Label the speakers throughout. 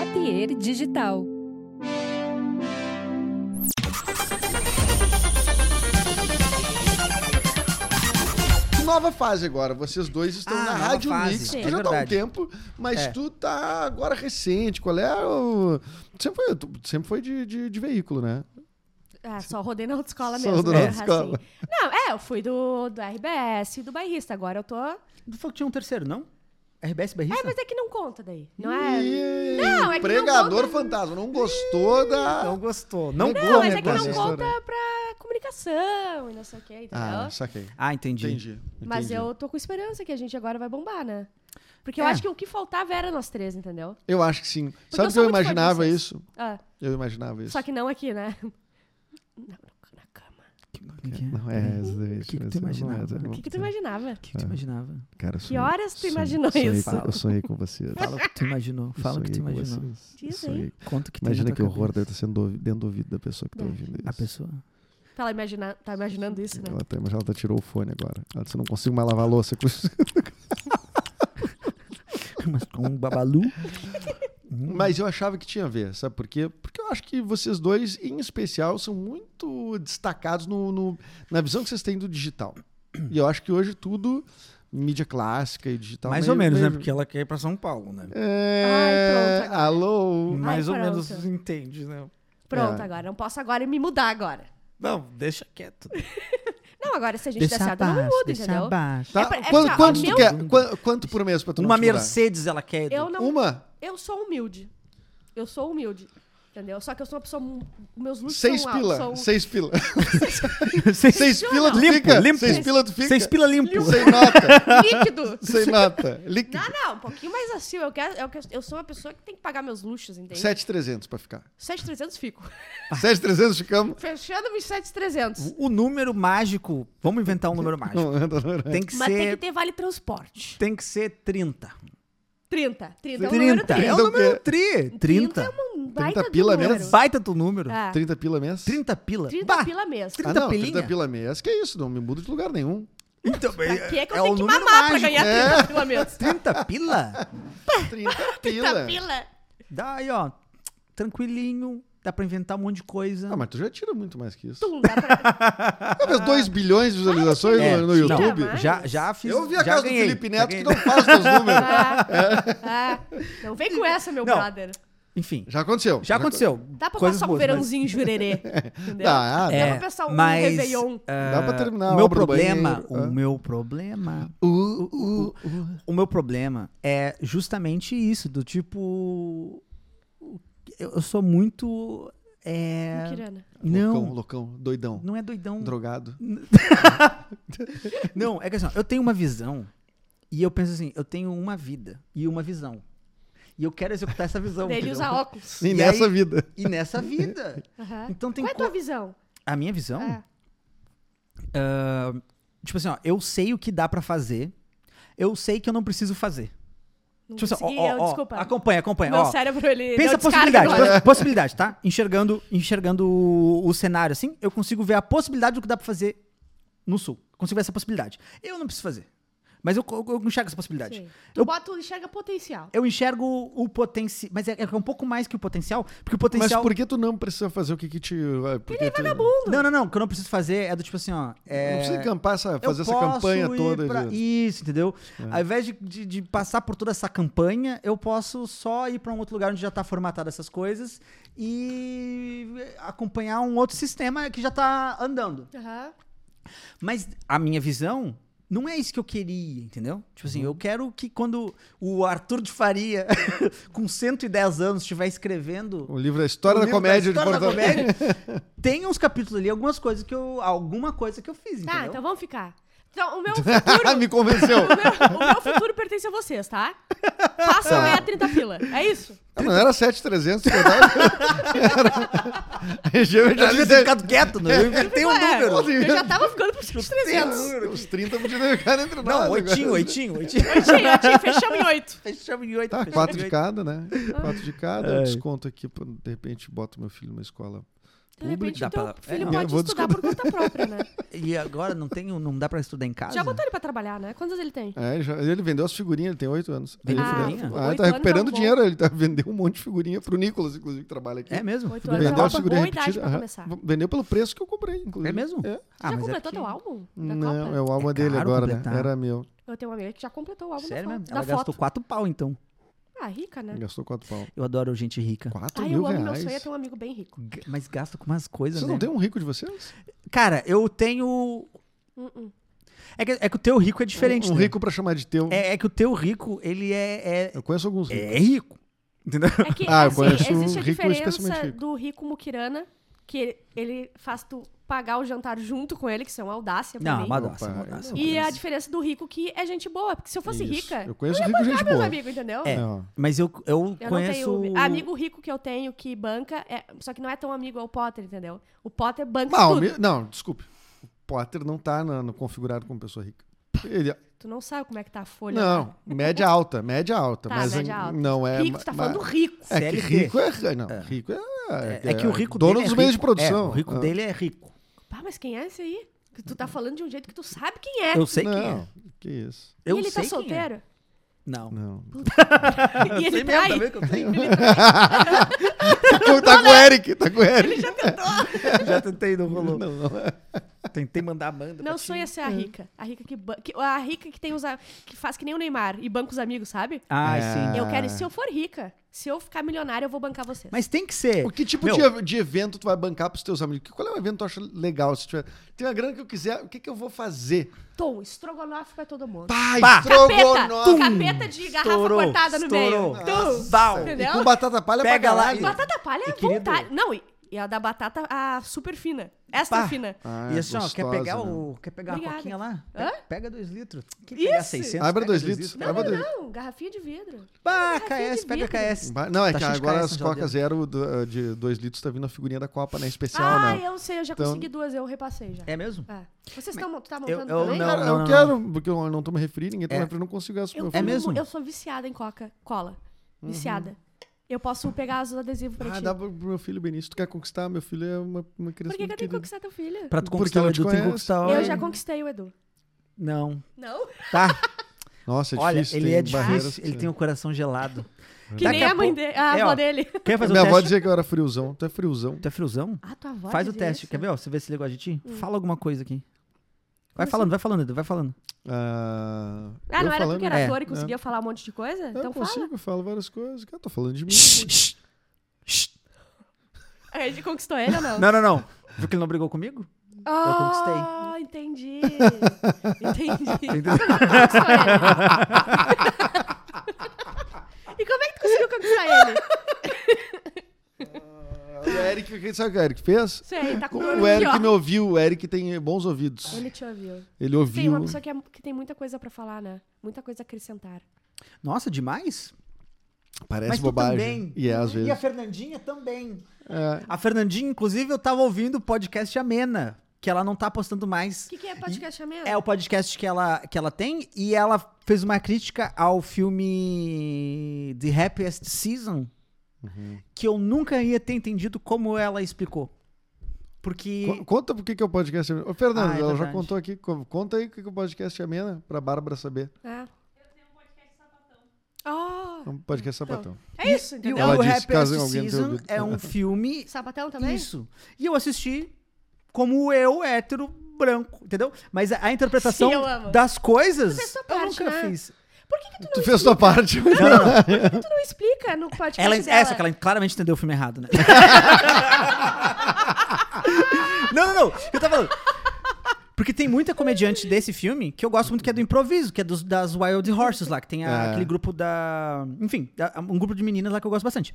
Speaker 1: Ateliê Digital.
Speaker 2: Nova fase agora, vocês dois estão
Speaker 3: Ah,
Speaker 2: na
Speaker 3: nova
Speaker 2: Rádio
Speaker 3: fase.
Speaker 2: Mix. Tu
Speaker 3: Sim.
Speaker 2: já
Speaker 3: É
Speaker 2: tá há um
Speaker 3: verdade.
Speaker 2: tempo, mas
Speaker 3: É.
Speaker 2: tu tá agora recente. Qual é o. Sempre foi, tu sempre foi de, de- de veículo, né?
Speaker 4: Ah, só rodei na autoescola
Speaker 2: Só
Speaker 4: mesmo.
Speaker 2: rodou na
Speaker 4: né?
Speaker 2: autoescola.
Speaker 4: Assim. Não, é, eu fui do, do RBS, do bairrista. Agora eu tô. É,
Speaker 3: Tu falou que tinha um terceiro, não? RBS Barrista?
Speaker 4: mas é que não conta daí. Não é.
Speaker 2: E...
Speaker 4: Não, é que
Speaker 2: Pregador
Speaker 4: não conta-
Speaker 2: fantasma. Não gostou da.
Speaker 3: Não gostou. Não,
Speaker 2: Não,
Speaker 4: é Não,
Speaker 3: come
Speaker 4: mas é que
Speaker 2: Negócio,
Speaker 4: não
Speaker 3: agora.
Speaker 4: conta pra comunicação e não sei o que, entendeu?
Speaker 2: Ah, saquei.
Speaker 3: Ah, entendi.
Speaker 2: Entendi. entendi.
Speaker 4: Mas eu tô com esperança que a gente agora vai bombar, né? Porque eu
Speaker 3: É.
Speaker 4: acho que o que faltava era nós três, entendeu?
Speaker 2: Eu acho que sim. Sabe
Speaker 4: eu
Speaker 2: o que eu
Speaker 4: sou muito fã de
Speaker 2: imaginava
Speaker 4: vocês.
Speaker 2: isso?
Speaker 4: Ah,
Speaker 2: Eu imaginava isso.
Speaker 4: só que não aqui, né? Não, não, na cama.
Speaker 2: Não
Speaker 4: Uhum.
Speaker 2: é exatamente.
Speaker 3: O que que tu
Speaker 2: mas eu não
Speaker 3: imaginava?
Speaker 2: era.
Speaker 3: O
Speaker 4: O que, que tu imaginava?
Speaker 3: O que, que tu imaginava?
Speaker 2: é Cara, eu
Speaker 4: Que
Speaker 2: sonhei-
Speaker 4: horas tu
Speaker 2: sonhei-
Speaker 4: imaginou
Speaker 2: sonhei
Speaker 4: isso?
Speaker 2: com- eu sonhei com vocês.
Speaker 3: Fala o que tu imaginou. Fala o que tu
Speaker 2: Sonhei com
Speaker 3: imaginou.
Speaker 2: vocês.
Speaker 4: Diz
Speaker 2: Sonhei
Speaker 4: aí.
Speaker 3: Conta o que tu
Speaker 2: Imagina que
Speaker 3: que
Speaker 2: horror deve estar sendo do ouvi- dentro do ouvido da pessoa que tá
Speaker 4: Deve.
Speaker 2: ouvindo isso.
Speaker 3: A pessoa.
Speaker 4: Ela imagina, tá imaginando isso, né?
Speaker 2: Ela, até, mas ela até tirou o fone agora. Ela disse, não consigo mais lavar a louça com isso.
Speaker 3: Mas com um babalu. Hum.
Speaker 2: Mas eu achava que tinha a ver, sabe por quê? Porque eu acho que vocês dois, em especial, são muito destacados no, no- na visão que vocês têm do digital. E eu acho que hoje tudo, mídia clássica e digital...
Speaker 3: Mais
Speaker 2: meio-
Speaker 3: ou menos, né?
Speaker 2: meio-
Speaker 3: Porque ela quer ir pra São Paulo, né?
Speaker 2: É...
Speaker 4: Ai, pronto, agora.
Speaker 2: Alô?
Speaker 3: Mais ou
Speaker 4: pronto.
Speaker 3: menos entende, né?
Speaker 4: Pronto,
Speaker 2: É.
Speaker 4: agora. Não posso agora me mudar agora.
Speaker 3: Não, deixa quieto.
Speaker 4: Não, agora se a gente der certo, eu não muda, entendeu?
Speaker 3: abaixo.
Speaker 2: Tá?
Speaker 4: É pra- é
Speaker 2: quanto,
Speaker 4: assim, ó,
Speaker 2: quanto
Speaker 4: o
Speaker 2: tu
Speaker 4: meu-
Speaker 2: quer? Qua- quanto por mês pra tu não
Speaker 3: Uma
Speaker 2: te mudar?
Speaker 3: Mercedes ela quer. Edu.
Speaker 4: Eu não.
Speaker 2: Uma?
Speaker 4: Eu sou humilde. Eu sou humilde. Entendeu? Só que eu sou uma pessoa. mu- Meus looks
Speaker 2: Seis
Speaker 4: são
Speaker 2: pila.
Speaker 4: altos. São...
Speaker 2: Seis pila.
Speaker 3: Seis,
Speaker 2: Seis pila tu
Speaker 3: Limpo,
Speaker 2: fica?
Speaker 3: limpo.
Speaker 2: Seis pila tu fica?
Speaker 3: seis pila limpo.
Speaker 2: Sem nota.
Speaker 4: Líquido!
Speaker 2: Sem nota. Líquido.
Speaker 4: Não, não, um pouquinho mais assim. Eu, quero, eu, quero- eu sou uma pessoa que tem que pagar meus luxos, entende?
Speaker 2: 7,300 pra ficar.
Speaker 4: 7,300 fico.
Speaker 2: 7,300 ficamos.
Speaker 4: Fechando meus 7,300.
Speaker 3: O número mágico. Vamos inventar um número mágico.
Speaker 2: Não anda, não anda.
Speaker 3: Tem que
Speaker 4: Mas tem que
Speaker 3: ser.
Speaker 4: ter vale transporte.
Speaker 3: Tem que ser 30.
Speaker 4: 30. 30 é o número
Speaker 3: 30.
Speaker 4: 30.
Speaker 3: É o
Speaker 2: Então,
Speaker 3: número
Speaker 2: que-
Speaker 3: 3.
Speaker 4: 30 é
Speaker 3: 30.
Speaker 4: uma baita
Speaker 2: 30 pila
Speaker 4: do
Speaker 2: mesmo?
Speaker 4: número.
Speaker 3: Baita do número.
Speaker 4: É.
Speaker 2: 30 pila mês?
Speaker 3: 30 pila.
Speaker 4: 30
Speaker 3: Bah,
Speaker 4: É, pila mesmo.
Speaker 3: 30
Speaker 2: ah, não,
Speaker 3: Tá. pilinha.
Speaker 2: 30 pila mês. Que isso, não me mudo de lugar nenhum.
Speaker 3: Então,
Speaker 4: Pra que é que eu
Speaker 3: é
Speaker 4: tenho
Speaker 3: o
Speaker 4: que
Speaker 3: número
Speaker 4: mamar pra
Speaker 3: mágico.
Speaker 4: ganhar 30 pila mesmo?
Speaker 3: 30 pila?
Speaker 2: 30
Speaker 4: 30
Speaker 2: pila.
Speaker 4: pila.
Speaker 3: Daí, ó. Tranquilinho. Dá pra inventar um monte de coisa.
Speaker 2: Ah, mas tu já tira muito mais que isso.
Speaker 4: Tum, dá pra...
Speaker 2: Talvez 2 bilhões de visualizações
Speaker 3: Ah. É,
Speaker 2: no, no
Speaker 3: não,
Speaker 2: YouTube.
Speaker 4: mas-
Speaker 3: já, já fiz.
Speaker 2: Eu vi a
Speaker 3: já
Speaker 2: casa
Speaker 3: ganhei,
Speaker 2: do Felipe
Speaker 3: já
Speaker 2: Neto
Speaker 3: ganhei.
Speaker 2: que não faz teus números.
Speaker 4: Ah, ah. Não vem com essa, meu
Speaker 3: Não.
Speaker 4: brother.
Speaker 3: Enfim,
Speaker 2: Já aconteceu.
Speaker 3: já aconteceu.
Speaker 4: Dá pra
Speaker 3: coisas
Speaker 4: passar um
Speaker 3: boas, mas-
Speaker 4: verãozinho em jurerê. Entendeu?
Speaker 2: Dá, dá.
Speaker 4: Dá
Speaker 3: É,
Speaker 4: pra passar um
Speaker 3: mas-
Speaker 4: Réveillon.
Speaker 2: Dá pra terminar a
Speaker 3: o meu
Speaker 2: obra do
Speaker 3: problema,
Speaker 2: banheiro,
Speaker 3: o
Speaker 2: ah.
Speaker 3: meu problema,
Speaker 2: Uh,
Speaker 3: o- o meu problema é justamente isso, do tipo eu, eu sou muito é,
Speaker 4: Kirana.
Speaker 2: Loucão,
Speaker 3: não,
Speaker 2: loucão, doidão,
Speaker 3: não é doidão.
Speaker 2: drogado.
Speaker 3: Não, é que assim, ó, eu tenho uma visão e eu penso assim, eu tenho uma vida e uma visão. E eu quero executar essa visão.
Speaker 4: Daí ele
Speaker 3: entendeu?
Speaker 4: usa óculos.
Speaker 2: E
Speaker 3: E
Speaker 2: nessa
Speaker 3: aí-
Speaker 2: vida.
Speaker 3: E nessa vida.
Speaker 4: Aham.
Speaker 3: Então tem
Speaker 4: Qual é a
Speaker 3: co-
Speaker 4: tua visão?
Speaker 3: a minha visão?
Speaker 4: É.
Speaker 3: Tipo assim, ó, eu sei o que dá pra fazer. Eu sei que eu não preciso fazer.
Speaker 4: Não
Speaker 3: Tipo assim, ó,
Speaker 4: consegui,
Speaker 3: ó,
Speaker 4: eu-
Speaker 3: ó,
Speaker 4: desculpa.
Speaker 3: acompanha, acompanha.
Speaker 4: Meu
Speaker 3: ó.
Speaker 4: cérebro, ele
Speaker 3: Pensa a
Speaker 4: deu descarga
Speaker 3: possibilidade,
Speaker 4: agora.
Speaker 3: pos- possibilidade, tá? Enxergando, enxergando o, o cenário assim, eu consigo ver a possibilidade do que dá pra fazer no sul. Consigo ver essa possibilidade. Eu não preciso fazer. Mas eu, eu, eu enxergo essa possibilidade.
Speaker 4: Sim. Tu
Speaker 3: Eu,
Speaker 4: bota, enxerga potencial.
Speaker 3: eu enxergo o potencial. Mas é, é um pouco mais que o potencial, porque o
Speaker 2: Mas
Speaker 3: potencial.
Speaker 2: por que tu não precisa fazer o que, que te. é, Porque tu...
Speaker 3: Não, não, não. O que eu não preciso fazer é do tipo assim, ó. é-
Speaker 2: Não precisa encampar essa,
Speaker 3: Eu
Speaker 2: fazer essa
Speaker 3: posso
Speaker 2: campanha
Speaker 3: ir
Speaker 2: toda. É.
Speaker 3: pra-
Speaker 2: de-
Speaker 3: Isso, entendeu? Ao invés de, de- de passar por toda essa campanha, eu posso só ir pra um outro lugar onde já tá formatado essas coisas e acompanhar um outro sistema que já tá andando.
Speaker 4: Aham.
Speaker 3: Mas a minha visão não é isso que eu queria, entendeu? Tipo
Speaker 2: Uhum.
Speaker 3: assim, eu quero que quando o Arthur de Faria, com 110 anos, estiver escrevendo
Speaker 2: O livro é a História
Speaker 3: o
Speaker 2: da
Speaker 3: livro
Speaker 2: Comédia
Speaker 3: História
Speaker 2: de
Speaker 3: da
Speaker 2: Porto Alegre.
Speaker 3: Comédia, Tem uns capítulos ali, algumas coisas que eu. Alguma coisa que eu fiz, entendeu?
Speaker 4: Tá, então vamos ficar. Então, o meu futuro...
Speaker 2: Me convenceu.
Speaker 4: O meu, o meu futuro pertence a vocês, tá? Façam
Speaker 3: Tá.
Speaker 4: ganhar 30 pila. É isso?
Speaker 2: Ah, mas não era 7,300, verdade? Era... Eu já É.
Speaker 3: Eu devia
Speaker 2: devia
Speaker 3: ter
Speaker 2: ter...
Speaker 3: ficado quieto, né? Eu inventei um
Speaker 4: Ué,
Speaker 3: número.
Speaker 4: Eu já tava ficando por 300.
Speaker 2: Os 30 podia ter ficado entre nós.
Speaker 3: Não,
Speaker 2: agora.
Speaker 3: oitinho, oitinho, oitinho.
Speaker 4: Oitinho, oitinho, fechamos em 8.
Speaker 3: Fechamos em oito.
Speaker 2: Tá,
Speaker 3: fechamos
Speaker 2: quatro
Speaker 3: em
Speaker 2: de
Speaker 3: oito.
Speaker 2: cada, né? Quatro de cada. Eu desconto aqui, pra- de repente boto meu filho numa escola
Speaker 4: De repente,
Speaker 2: Público.
Speaker 4: teu
Speaker 2: Dá
Speaker 4: então,
Speaker 1: pra-
Speaker 4: filho
Speaker 2: é, eu
Speaker 4: pode
Speaker 2: vou
Speaker 4: estudar por conta própria, né?
Speaker 3: E agora não tem, um- não dá pra estudar em casa?
Speaker 4: Já botou ele pra trabalhar, né? Quantos ele tem?
Speaker 2: É, ele já- ele vendeu as figurinhas, ele tem oito anos.
Speaker 3: Vendeu
Speaker 2: Ele-
Speaker 3: figurinha?
Speaker 2: Ah,
Speaker 4: Oito
Speaker 2: tá
Speaker 4: anos é
Speaker 2: recuperando
Speaker 4: um bom.
Speaker 2: dinheiro, ele tá, vendeu um monte de figurinha pro Nicolas, inclusive, que trabalha aqui.
Speaker 3: É mesmo?
Speaker 4: Oito anos é
Speaker 2: Vendeu
Speaker 4: uma
Speaker 2: a figurinha
Speaker 4: boa idade
Speaker 2: repetida.
Speaker 4: pra
Speaker 2: aham.
Speaker 4: começar.
Speaker 2: Vendeu pelo preço que eu comprei, inclusive.
Speaker 3: É mesmo?
Speaker 2: É.
Speaker 3: Ah, mas
Speaker 4: já
Speaker 3: é
Speaker 4: completou
Speaker 3: porque-
Speaker 4: teu álbum? Da
Speaker 2: Não,
Speaker 4: Copa?
Speaker 2: é o alma
Speaker 3: É
Speaker 2: dele
Speaker 3: caro
Speaker 2: agora,
Speaker 3: completar.
Speaker 2: né? Era meu.
Speaker 4: Eu tenho uma amiga que já completou o álbum
Speaker 3: Sério
Speaker 4: da
Speaker 3: mesmo?
Speaker 4: foto.
Speaker 3: Ela
Speaker 4: da foto.
Speaker 3: gastou quatro pau, então.
Speaker 4: Ah, rica, né?
Speaker 2: Gastou quatro pau.
Speaker 3: Eu adoro gente rica.
Speaker 2: Quatro
Speaker 4: Ah,
Speaker 2: mil
Speaker 4: eu amo meu
Speaker 2: reais.
Speaker 4: sonho é ter um amigo bem rico.
Speaker 3: G- Mas gasta com umas coisas,
Speaker 2: Vocês
Speaker 3: né?
Speaker 2: não tem um rico de vocês?
Speaker 3: Cara, eu tenho...
Speaker 4: Uh-uh.
Speaker 3: É que, é que o teu rico é diferente,
Speaker 2: Um, um
Speaker 3: né?
Speaker 2: rico pra chamar de teu.
Speaker 3: É, é que o teu rico, ele é... é...
Speaker 2: Eu conheço alguns ricos.
Speaker 3: É rico. Entendeu?
Speaker 4: É que,
Speaker 2: Ah, eu
Speaker 4: assim,
Speaker 2: conheço um
Speaker 4: existe a
Speaker 2: rico
Speaker 4: diferença
Speaker 2: especialmente rico.
Speaker 4: do rico muquirana, que ele faz tu pagar o jantar junto com ele, que isso é uma audácia pra
Speaker 3: Não,
Speaker 4: mim.
Speaker 3: uma audácia,
Speaker 2: Opa,
Speaker 3: uma audácia, uma
Speaker 4: E a
Speaker 3: audácia.
Speaker 4: diferença do rico que é gente boa, porque se eu fosse
Speaker 2: Isso.
Speaker 4: rica,
Speaker 2: Eu conheço rico gente
Speaker 4: meus
Speaker 2: boa.
Speaker 4: amigos, entendeu?
Speaker 3: É.
Speaker 2: Não.
Speaker 3: Mas eu, eu,
Speaker 4: Eu
Speaker 3: conheço...
Speaker 4: não tenho. Amigo rico que eu tenho que banca, é- só que não é tão amigo, é o Potter, entendeu? O Potter banca
Speaker 2: Não,
Speaker 4: tudo.
Speaker 2: me- não, desculpe. O Potter não tá na- no configurado como pessoa rica. Ele,
Speaker 4: Tu não sabe como é que tá a folha.
Speaker 2: não,
Speaker 4: cara.
Speaker 2: média alta, média alta.
Speaker 4: Tá,
Speaker 2: mas
Speaker 4: média
Speaker 2: em-
Speaker 4: alta.
Speaker 2: não é.
Speaker 4: rico, tu tá
Speaker 2: ma-
Speaker 4: falando rico.
Speaker 2: É que
Speaker 3: CLT.
Speaker 2: rico é. Não, rico é.
Speaker 3: É, é que o rico
Speaker 2: dono
Speaker 3: dele
Speaker 2: dos
Speaker 3: é
Speaker 2: meios de
Speaker 3: rico.
Speaker 2: produção.
Speaker 3: É, o rico
Speaker 2: Ah.
Speaker 3: dele é rico.
Speaker 4: Pá, mas quem é esse aí? Que tu tá falando de um jeito que tu sabe quem é.
Speaker 3: Eu sei
Speaker 2: não,
Speaker 3: quem é.
Speaker 2: que isso.
Speaker 3: Eu
Speaker 4: e ele
Speaker 3: sei quem é.
Speaker 4: tá solteiro.
Speaker 3: Não.
Speaker 2: Não.
Speaker 4: E ele
Speaker 3: Sei mesmo,
Speaker 4: trai.
Speaker 3: tá vendo que eu tenho?
Speaker 2: tá com o Eric, tá com o Eric. Ele já
Speaker 3: Já tentei, não rolou.
Speaker 2: Não, não é.
Speaker 3: Tentei mandar a Amanda. pra
Speaker 4: Meu
Speaker 3: ti.
Speaker 4: sonho é ser a rica. A rica que, ban- que- a rica que tem os a- que faz que nem o Neymar e banca os amigos, sabe?
Speaker 3: Ai,
Speaker 2: É.
Speaker 3: sim.
Speaker 4: Eu quero, se eu for rica, se eu ficar milionária, eu vou bancar vocês.
Speaker 3: Mas tem que ser.
Speaker 2: O que tipo
Speaker 3: É, Meu,
Speaker 2: de, de evento tu vai bancar pros teus amigos? Que- Qual é o evento que tu acha legal? Se tiver. Tem a grana que eu quiser, o que, que eu vou fazer?
Speaker 4: Tom, estrogonofe pra todo mundo.
Speaker 2: Pai,
Speaker 3: Pá.
Speaker 4: Capeta,
Speaker 2: estrogonofe.
Speaker 4: capeta de garrafa
Speaker 3: Estourou,
Speaker 4: cortada no
Speaker 3: estourou.
Speaker 4: meio.
Speaker 3: Nossa.
Speaker 4: Tum,
Speaker 3: Bau.
Speaker 2: E
Speaker 4: Entendeu?
Speaker 2: com batata palha pra
Speaker 3: Pega lá
Speaker 2: caralho.
Speaker 3: e-
Speaker 4: Batata palha é
Speaker 3: E querido-
Speaker 4: vontade. Não, e, e a da batata, a super fina. Extra
Speaker 3: Pá.
Speaker 4: fina.
Speaker 2: Ah,
Speaker 3: E assim, ó, quer
Speaker 2: gostosa,
Speaker 3: pegar,
Speaker 2: né?
Speaker 3: o, quer pegar uma
Speaker 4: Obrigada.
Speaker 3: coquinha lá?
Speaker 4: Hã?
Speaker 3: Pe- Pega dois litros. Quem
Speaker 4: Isso.
Speaker 3: pegar 600?
Speaker 2: Abre
Speaker 3: pega
Speaker 2: dois litros.
Speaker 4: Não,
Speaker 3: Tá
Speaker 2: Abre
Speaker 4: não,
Speaker 2: dois
Speaker 4: não. Garrafinha de vidro.
Speaker 3: Ah,
Speaker 4: garrafinha
Speaker 3: KS,
Speaker 4: de
Speaker 3: pega
Speaker 4: vidro.
Speaker 3: KS.
Speaker 2: Ba- Não, é
Speaker 3: Tá
Speaker 2: que
Speaker 3: cheio de
Speaker 2: agora
Speaker 3: KS
Speaker 2: as
Speaker 3: na
Speaker 2: Coca
Speaker 3: geladeira.
Speaker 2: Zero do- de 2 litros tá vindo a figurinha da Copa, né? Especial,
Speaker 4: Ah,
Speaker 2: né?
Speaker 4: eu sei, eu já
Speaker 2: Então-
Speaker 4: consegui duas, eu repassei já.
Speaker 3: É mesmo?
Speaker 4: Ah, Vocês estão tá
Speaker 3: eu-
Speaker 4: montando
Speaker 3: eu
Speaker 4: também?
Speaker 3: não-
Speaker 2: Cara, eu quero, porque eu não tô me referindo, ninguém tá
Speaker 3: É.
Speaker 2: me referindo, eu não consigo gastar.
Speaker 4: Eu,
Speaker 2: Eu,
Speaker 4: é
Speaker 2: falo,
Speaker 3: mesmo?
Speaker 4: eu sou viciada em Coca-Cola. Viciada. Eu posso pegar os adesivos pra
Speaker 2: ah,
Speaker 4: ti.
Speaker 2: dá pro pro meu filho, Benício. Tu quer conquistar? Meu filho é uma, uma criança
Speaker 4: Por que, que eu
Speaker 2: muito
Speaker 4: tenho que
Speaker 2: querida.
Speaker 4: conquistar teu filho?
Speaker 3: Pra tu
Speaker 2: Porque
Speaker 3: conquistar o
Speaker 2: ela te
Speaker 3: Edu, tem que
Speaker 2: conhece.
Speaker 3: conquistar o...
Speaker 4: Eu já conquistei o Edu.
Speaker 3: Não.
Speaker 4: Não?
Speaker 3: Tá.
Speaker 2: Nossa, é
Speaker 3: Olha,
Speaker 2: difícil.
Speaker 3: ele
Speaker 2: tem
Speaker 3: é
Speaker 2: barreiras
Speaker 3: difícil.
Speaker 2: que
Speaker 3: Ele
Speaker 2: você-
Speaker 3: tem o coração gelado.
Speaker 4: Que
Speaker 3: Daqui
Speaker 4: nem a,
Speaker 3: pouco-
Speaker 4: mãe dele, a
Speaker 3: É,
Speaker 4: avó
Speaker 3: ó.
Speaker 4: dele.
Speaker 3: Quer fazer
Speaker 2: Minha
Speaker 3: o
Speaker 2: avó
Speaker 3: teste?
Speaker 2: dizia que eu era friozão. Tu é friozão.
Speaker 3: Tu é friozão?
Speaker 4: Ah, tua avó
Speaker 3: Faz o
Speaker 4: dizia
Speaker 3: teste.
Speaker 4: isso?
Speaker 3: Quer ver? ó? Você vê se ele gosta de ti. Fala alguma coisa aqui. Vai falando, vai falando, Edu. Vai falando.
Speaker 2: Ah,
Speaker 4: Ah,
Speaker 2: eu
Speaker 4: não era tu
Speaker 2: falando-
Speaker 4: que era
Speaker 3: É.
Speaker 4: ator e conseguia falar um monte de coisa?
Speaker 2: Eu
Speaker 4: então
Speaker 2: consigo,
Speaker 4: fala.
Speaker 2: eu falo várias coisas. Cara, tô falando de mim.
Speaker 4: A gente conquistou ele ou não?
Speaker 3: Não, não, não. Viu que ele não brigou comigo?
Speaker 4: Ah, entendi. Entendi.
Speaker 3: Entendeu?
Speaker 4: Conquistou ele. e como é que tu conseguiu conquistar ele?
Speaker 2: Ah, o Eric, sabe o que o Eric fez?
Speaker 4: Sei, tá com
Speaker 2: O Eric me ouviu, o Eric tem bons ouvidos.
Speaker 4: Ele te ouviu.
Speaker 2: Ele
Speaker 4: Tem uma
Speaker 2: ouviu.
Speaker 4: pessoa que, é- que tem muita coisa pra falar, né? Muita coisa a acrescentar.
Speaker 3: Nossa, demais?
Speaker 2: Parece
Speaker 3: Mas tu
Speaker 2: bobagem.
Speaker 3: também.
Speaker 2: E é, às vezes.
Speaker 3: E a Fernandinha também.
Speaker 2: É.
Speaker 3: A Fernandinha, inclusive, eu tava ouvindo o podcast Amena, que ela não tá postando mais.
Speaker 4: O que, que é podcast mesmo?
Speaker 3: É o podcast que ela, que ela tem e ela fez uma crítica ao filme The Happiest Season, que eu nunca ia ter entendido como ela explicou. Porque.
Speaker 2: Co- Conta por que que é o podcast Amena. Ô, Fernando,
Speaker 3: Ah, é
Speaker 2: ela já
Speaker 3: verdade.
Speaker 2: contou aqui. co- Conta aí o que que é o podcast Amena pra Bárbara saber.
Speaker 4: Ah. Ah,
Speaker 2: É um podcast sapatão.
Speaker 4: é
Speaker 3: E
Speaker 4: isso,
Speaker 3: o
Speaker 4: entendeu?
Speaker 2: Ela disse,
Speaker 3: Happiest
Speaker 2: caso alguém tenha
Speaker 3: Season
Speaker 2: ouvido.
Speaker 3: é um filme
Speaker 4: Sapatão também?
Speaker 3: Isso. E eu assisti como eu, hétero, branco, entendeu? Mas a, a interpretação
Speaker 4: Sim, eu amo.
Speaker 3: das coisas
Speaker 4: fez sua
Speaker 3: eu
Speaker 4: parte,
Speaker 3: nunca
Speaker 4: né?
Speaker 3: fiz.
Speaker 4: Por que, que tu
Speaker 2: Tu fez tua parte.
Speaker 4: tu não explica no podcast
Speaker 3: Tipo, Ela, é
Speaker 4: dela?
Speaker 3: essa que ela claramente entendeu o filme errado, né? não, não, não. Eu tava falando. Porque tem muita comediante desse filme que eu gosto muito, que é do improviso, que é dos, das Wild Horses lá, que tem a-
Speaker 2: É.
Speaker 3: aquele grupo da. Enfim, da- um grupo de meninas lá que eu gosto bastante.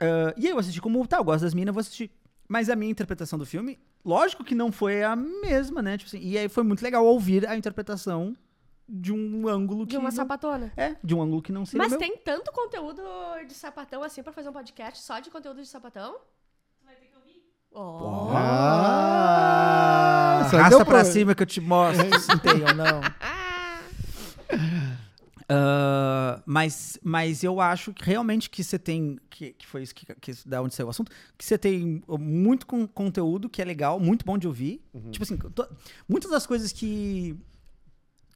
Speaker 3: Ah, e aí eu assisti como, tá, eu gosto das meninas, eu vou assistir. Mas a minha interpretação do filme, lógico que não foi a mesma, né? Tipo assim, e aí foi muito legal ouvir a interpretação de um ângulo que.
Speaker 4: De uma
Speaker 3: não,
Speaker 4: sapatona.
Speaker 3: é, de um ângulo que não seria. o
Speaker 4: Mas
Speaker 3: meu.
Speaker 4: tem tanto conteúdo de sapatão assim pra fazer um podcast só de conteúdo de sapatão? Tu vai ter que ouvir. Oh.
Speaker 2: Ah,
Speaker 3: Ah! Arrasta pra cima que eu te mostro se tem ou não. Ah, mas, mas eu acho que realmente que você tem. Que, que foi isso que, que isso- da onde saiu o assunto. Que você tem muito con- conteúdo que é legal, muito bom de ouvir.
Speaker 2: Uhum.
Speaker 3: Tipo assim, to- muitas das coisas que,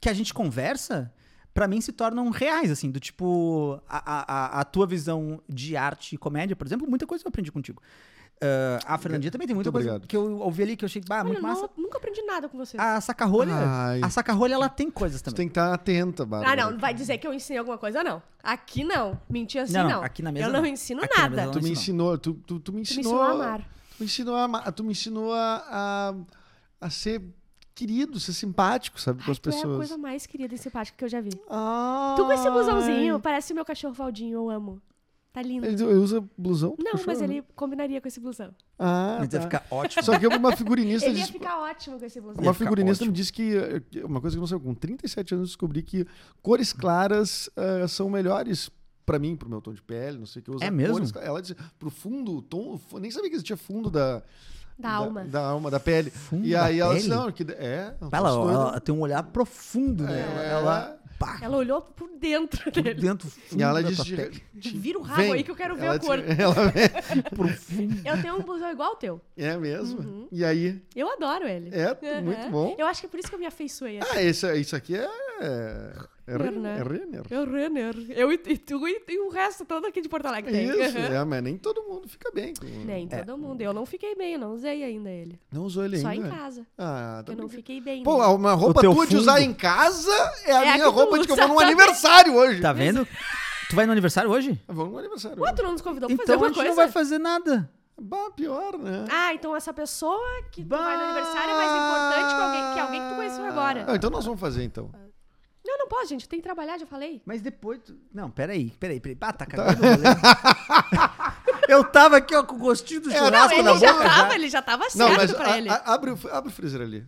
Speaker 3: que a gente conversa, pra mim, se tornam reais, assim, do tipo, a, a- a, a tua visão de arte e comédia, por exemplo, muita coisa eu aprendi contigo. Ah, a Fernandinha também tem muita
Speaker 2: Muito
Speaker 3: coisa
Speaker 2: obrigado.
Speaker 3: que eu ouvi ali que eu achei, bah,
Speaker 4: Olha,
Speaker 3: muito
Speaker 4: eu não-
Speaker 3: massa.
Speaker 4: nunca aprendi nada com vocês.
Speaker 3: A sacarrolha,
Speaker 2: Ai.
Speaker 3: a sacarrolha, ela tem coisas
Speaker 2: Tu
Speaker 3: também.
Speaker 2: tem que estar atenta, Bárbara.
Speaker 4: Ah, não, não vai dizer que eu ensinei alguma coisa, não. Aqui não. Mentir assim,
Speaker 3: Não,
Speaker 4: não.
Speaker 3: não, aqui na mesa
Speaker 4: Eu não,
Speaker 3: não.
Speaker 4: ensino
Speaker 3: Aqui na
Speaker 4: nada.
Speaker 3: mesa não.
Speaker 2: Tu me
Speaker 3: Isso
Speaker 2: ensinou, tu, tu, tu me
Speaker 4: Tu me
Speaker 2: ensinou.
Speaker 4: ensinou a amar.
Speaker 2: Tu me ensinou a, amar, tu me ensinou a, a, a ser querido, ser simpático, sabe, com
Speaker 4: Ai,
Speaker 2: as
Speaker 4: tu é a
Speaker 2: pessoas.
Speaker 4: coisa mais querida e simpática que eu já vi.
Speaker 2: Ah,
Speaker 4: Tu com esse blusãozinho, parece o meu cachorro Valdinho, eu amo. Tá lindo.
Speaker 2: Ele, ele usa blusão?
Speaker 4: Não,
Speaker 2: Cachorro?
Speaker 4: mas ele combinaria com esse blusão.
Speaker 2: Ah,
Speaker 3: Mas
Speaker 2: tá.
Speaker 3: vai ficar ótimo.
Speaker 2: Só que uma figurinista
Speaker 4: Ele é ia
Speaker 2: disse.
Speaker 4: ficar ótimo com esse blusão.
Speaker 2: Uma
Speaker 3: ficar
Speaker 2: figurinista me
Speaker 3: ótimo.
Speaker 2: disse que. eh, que- Uma coisa que eu não sei, com 37 anos eu descobri que cores claras eh, são melhores pra mim, pro meu tom de pele, não sei o que. eu uso
Speaker 3: É mesmo?
Speaker 2: Cores, cla- ela disse, pro fundo, o tom. fu- Nem sabia que existia fundo da.
Speaker 4: Da alma.
Speaker 2: Da alma, da pele.
Speaker 3: Fundo
Speaker 2: e aí
Speaker 3: da
Speaker 2: ela
Speaker 3: pele?
Speaker 2: disse, não, que. É. eu tô
Speaker 3: Ela,
Speaker 2: estudando.
Speaker 3: ela tem um olhar profundo, né? Ela, ela pá,
Speaker 4: Ela é olhou por dentro
Speaker 3: por
Speaker 4: dele.
Speaker 3: dentro, fundo
Speaker 2: E ela
Speaker 3: da
Speaker 2: disse.
Speaker 3: tua pele.
Speaker 2: de-
Speaker 4: Vira o rabo
Speaker 2: vem.
Speaker 4: aí que eu quero ver
Speaker 2: Ela
Speaker 4: a
Speaker 2: disse-
Speaker 4: cor.
Speaker 2: ela-
Speaker 3: profundo.
Speaker 4: Eu tenho um blusão igual ao teu.
Speaker 2: é mesmo? E aí?
Speaker 4: Eu adoro ele.
Speaker 2: É,
Speaker 4: Uhum. Aham.
Speaker 2: muito bom.
Speaker 4: Eu acho que é por isso que eu me afeiçoei.
Speaker 2: Ah, isso, isso aqui é. É Renner.
Speaker 4: Renner.
Speaker 2: É Renner.
Speaker 4: Eu, Renner. Eu e, e tu e, e o resto todo aqui de Porto Alegre tem.
Speaker 2: Isso,
Speaker 4: Aham.
Speaker 2: é, mas nem todo mundo fica bem. com-
Speaker 4: Nem Né, todo mundo. Eu não fiquei bem, eu não usei ainda ele.
Speaker 2: Não usou ele
Speaker 4: Só
Speaker 2: ainda.
Speaker 4: em casa.
Speaker 2: Ah, tá
Speaker 4: Eu não
Speaker 2: bem.
Speaker 4: fiquei bem.
Speaker 2: Pô,
Speaker 4: ainda.
Speaker 2: uma roupa
Speaker 3: teu
Speaker 2: tua de usar
Speaker 3: fundo.
Speaker 2: em casa é a
Speaker 4: É a
Speaker 2: minha
Speaker 4: que tu
Speaker 2: roupa de que eu vou num
Speaker 4: usa.
Speaker 2: aniversário hoje.
Speaker 3: Tá vendo? tu vai no aniversário hoje?
Speaker 2: Vamos num aniversário.
Speaker 4: Ué, tu não nos convidou pra
Speaker 3: Então
Speaker 4: fazer
Speaker 3: a
Speaker 4: uma
Speaker 3: gente
Speaker 4: coisa?
Speaker 3: não vai fazer nada.
Speaker 2: Bah, pior, né?
Speaker 4: Ah, então essa pessoa que tu
Speaker 3: Bah!
Speaker 4: vai no aniversário é mais importante que alguém que, alguém que tu conheceu agora.
Speaker 2: Não, então nós vamos fazer, então.
Speaker 4: Não, não posso, gente. Tem que trabalhar, já falei.
Speaker 3: Mas depois. tu- Não, peraí, peraí, peraí. Ah, tá cagando o rolê. Eu tava aqui, ó, com o gostinho
Speaker 2: É
Speaker 3: do
Speaker 4: Não,
Speaker 3: churrasco
Speaker 4: ele
Speaker 3: na boca.
Speaker 4: já
Speaker 3: já.
Speaker 4: tava, ele já tava certo
Speaker 2: né? Não, mas
Speaker 4: pra
Speaker 2: a-
Speaker 4: ele.
Speaker 2: a- abre, o, abre o freezer ali.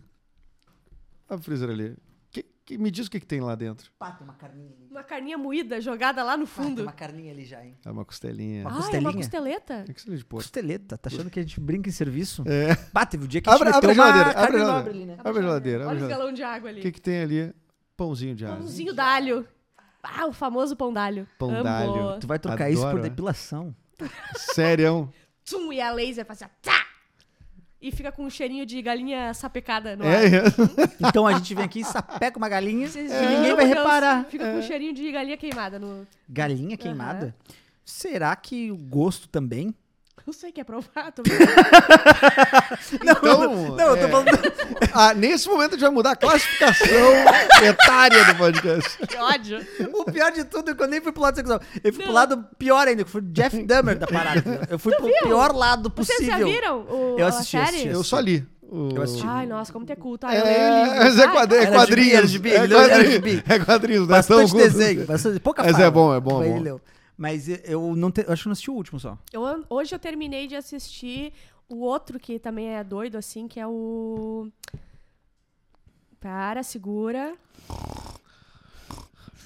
Speaker 2: Abre o freezer ali. Que- que- me diz o que, que tem lá dentro.
Speaker 3: Pá, tem uma carninha ali.
Speaker 4: Uma carninha moída jogada lá no
Speaker 3: Pá, tem
Speaker 4: fundo.
Speaker 3: uma carninha ali já, hein?
Speaker 2: É uma costelinha.
Speaker 3: Uma
Speaker 4: Ah, é
Speaker 3: costelinha.
Speaker 4: uma costeleta.
Speaker 2: É que seria de porco.
Speaker 3: Costeleta, tá achando que a gente brinca em serviço?
Speaker 2: É.
Speaker 3: Pá, teve o dia que a gente
Speaker 2: Abre, abre
Speaker 3: meteu
Speaker 2: a
Speaker 3: uma
Speaker 2: geladeira. Abre
Speaker 3: Ah, carne
Speaker 2: a
Speaker 3: nobre ali,
Speaker 2: geladeira.
Speaker 3: né?
Speaker 2: Abre a geladeira. abre
Speaker 4: Olha
Speaker 2: a
Speaker 4: o
Speaker 2: geladeira.
Speaker 4: galão de água ali.
Speaker 2: O que, que tem ali? Pãozinho de alho.
Speaker 4: Pãozinho d'alho. Ah, o famoso pão d'alho.
Speaker 2: Pão
Speaker 4: Amo.
Speaker 2: d'alho.
Speaker 3: Tu vai trocar isso por
Speaker 2: Adoro, né?
Speaker 3: depilação.
Speaker 2: Sério.
Speaker 4: Tum, e a laser faz assim, tá! E fica com um cheirinho de galinha sapecada no ar.
Speaker 2: É, é.
Speaker 3: Então a gente vem aqui e sapeca uma galinha
Speaker 4: Vocês
Speaker 3: e É, ninguém
Speaker 4: viram,
Speaker 3: vai
Speaker 4: Deus?
Speaker 3: reparar. É.
Speaker 4: Fica com um cheirinho de galinha queimada no...
Speaker 3: Galinha queimada? Será que o gosto também?
Speaker 4: Não sei que é provado. mas-
Speaker 3: Não,
Speaker 2: Então,
Speaker 3: não, eu tô
Speaker 2: é.
Speaker 3: falando.
Speaker 2: Ah, nesse momento a gente vai mudar a classificação etária do podcast.
Speaker 4: que ódio.
Speaker 3: O pior de tudo é que eu nem fui pro lado sexual. Eu fui pro lado pior ainda, que foi o Jeff Dahmer da parada. Eu fui pro pior lado
Speaker 4: Vocês
Speaker 3: possível.
Speaker 4: já viram o,
Speaker 3: Eu assisti,
Speaker 4: a
Speaker 3: assisti,
Speaker 4: série?
Speaker 2: Eu só li. o-
Speaker 3: Eu assisti.
Speaker 4: Ai, nossa, como tu é culto. Ai, eu leio
Speaker 2: É,
Speaker 4: livro.
Speaker 2: mas é,
Speaker 4: Ai,
Speaker 2: quadri- é
Speaker 4: cara.
Speaker 3: era gibi, era
Speaker 2: quadrinhos.
Speaker 3: gibi,
Speaker 2: É
Speaker 3: ele leu- era
Speaker 2: quadrinhos.
Speaker 3: gibi.
Speaker 2: É quadrinhos, não é tão
Speaker 3: Bastante
Speaker 2: curto.
Speaker 3: desenho, bastante, pouca
Speaker 2: Mas é
Speaker 3: fala.
Speaker 2: bom, é bom,
Speaker 3: Mas
Speaker 2: é
Speaker 3: ele
Speaker 2: bom.
Speaker 3: leu. Mas eu- eu não, te- eu acho que não assisti o último só.
Speaker 4: Eu, hoje eu terminei de assistir o outro que também é doido, assim, que é o. Para, segura.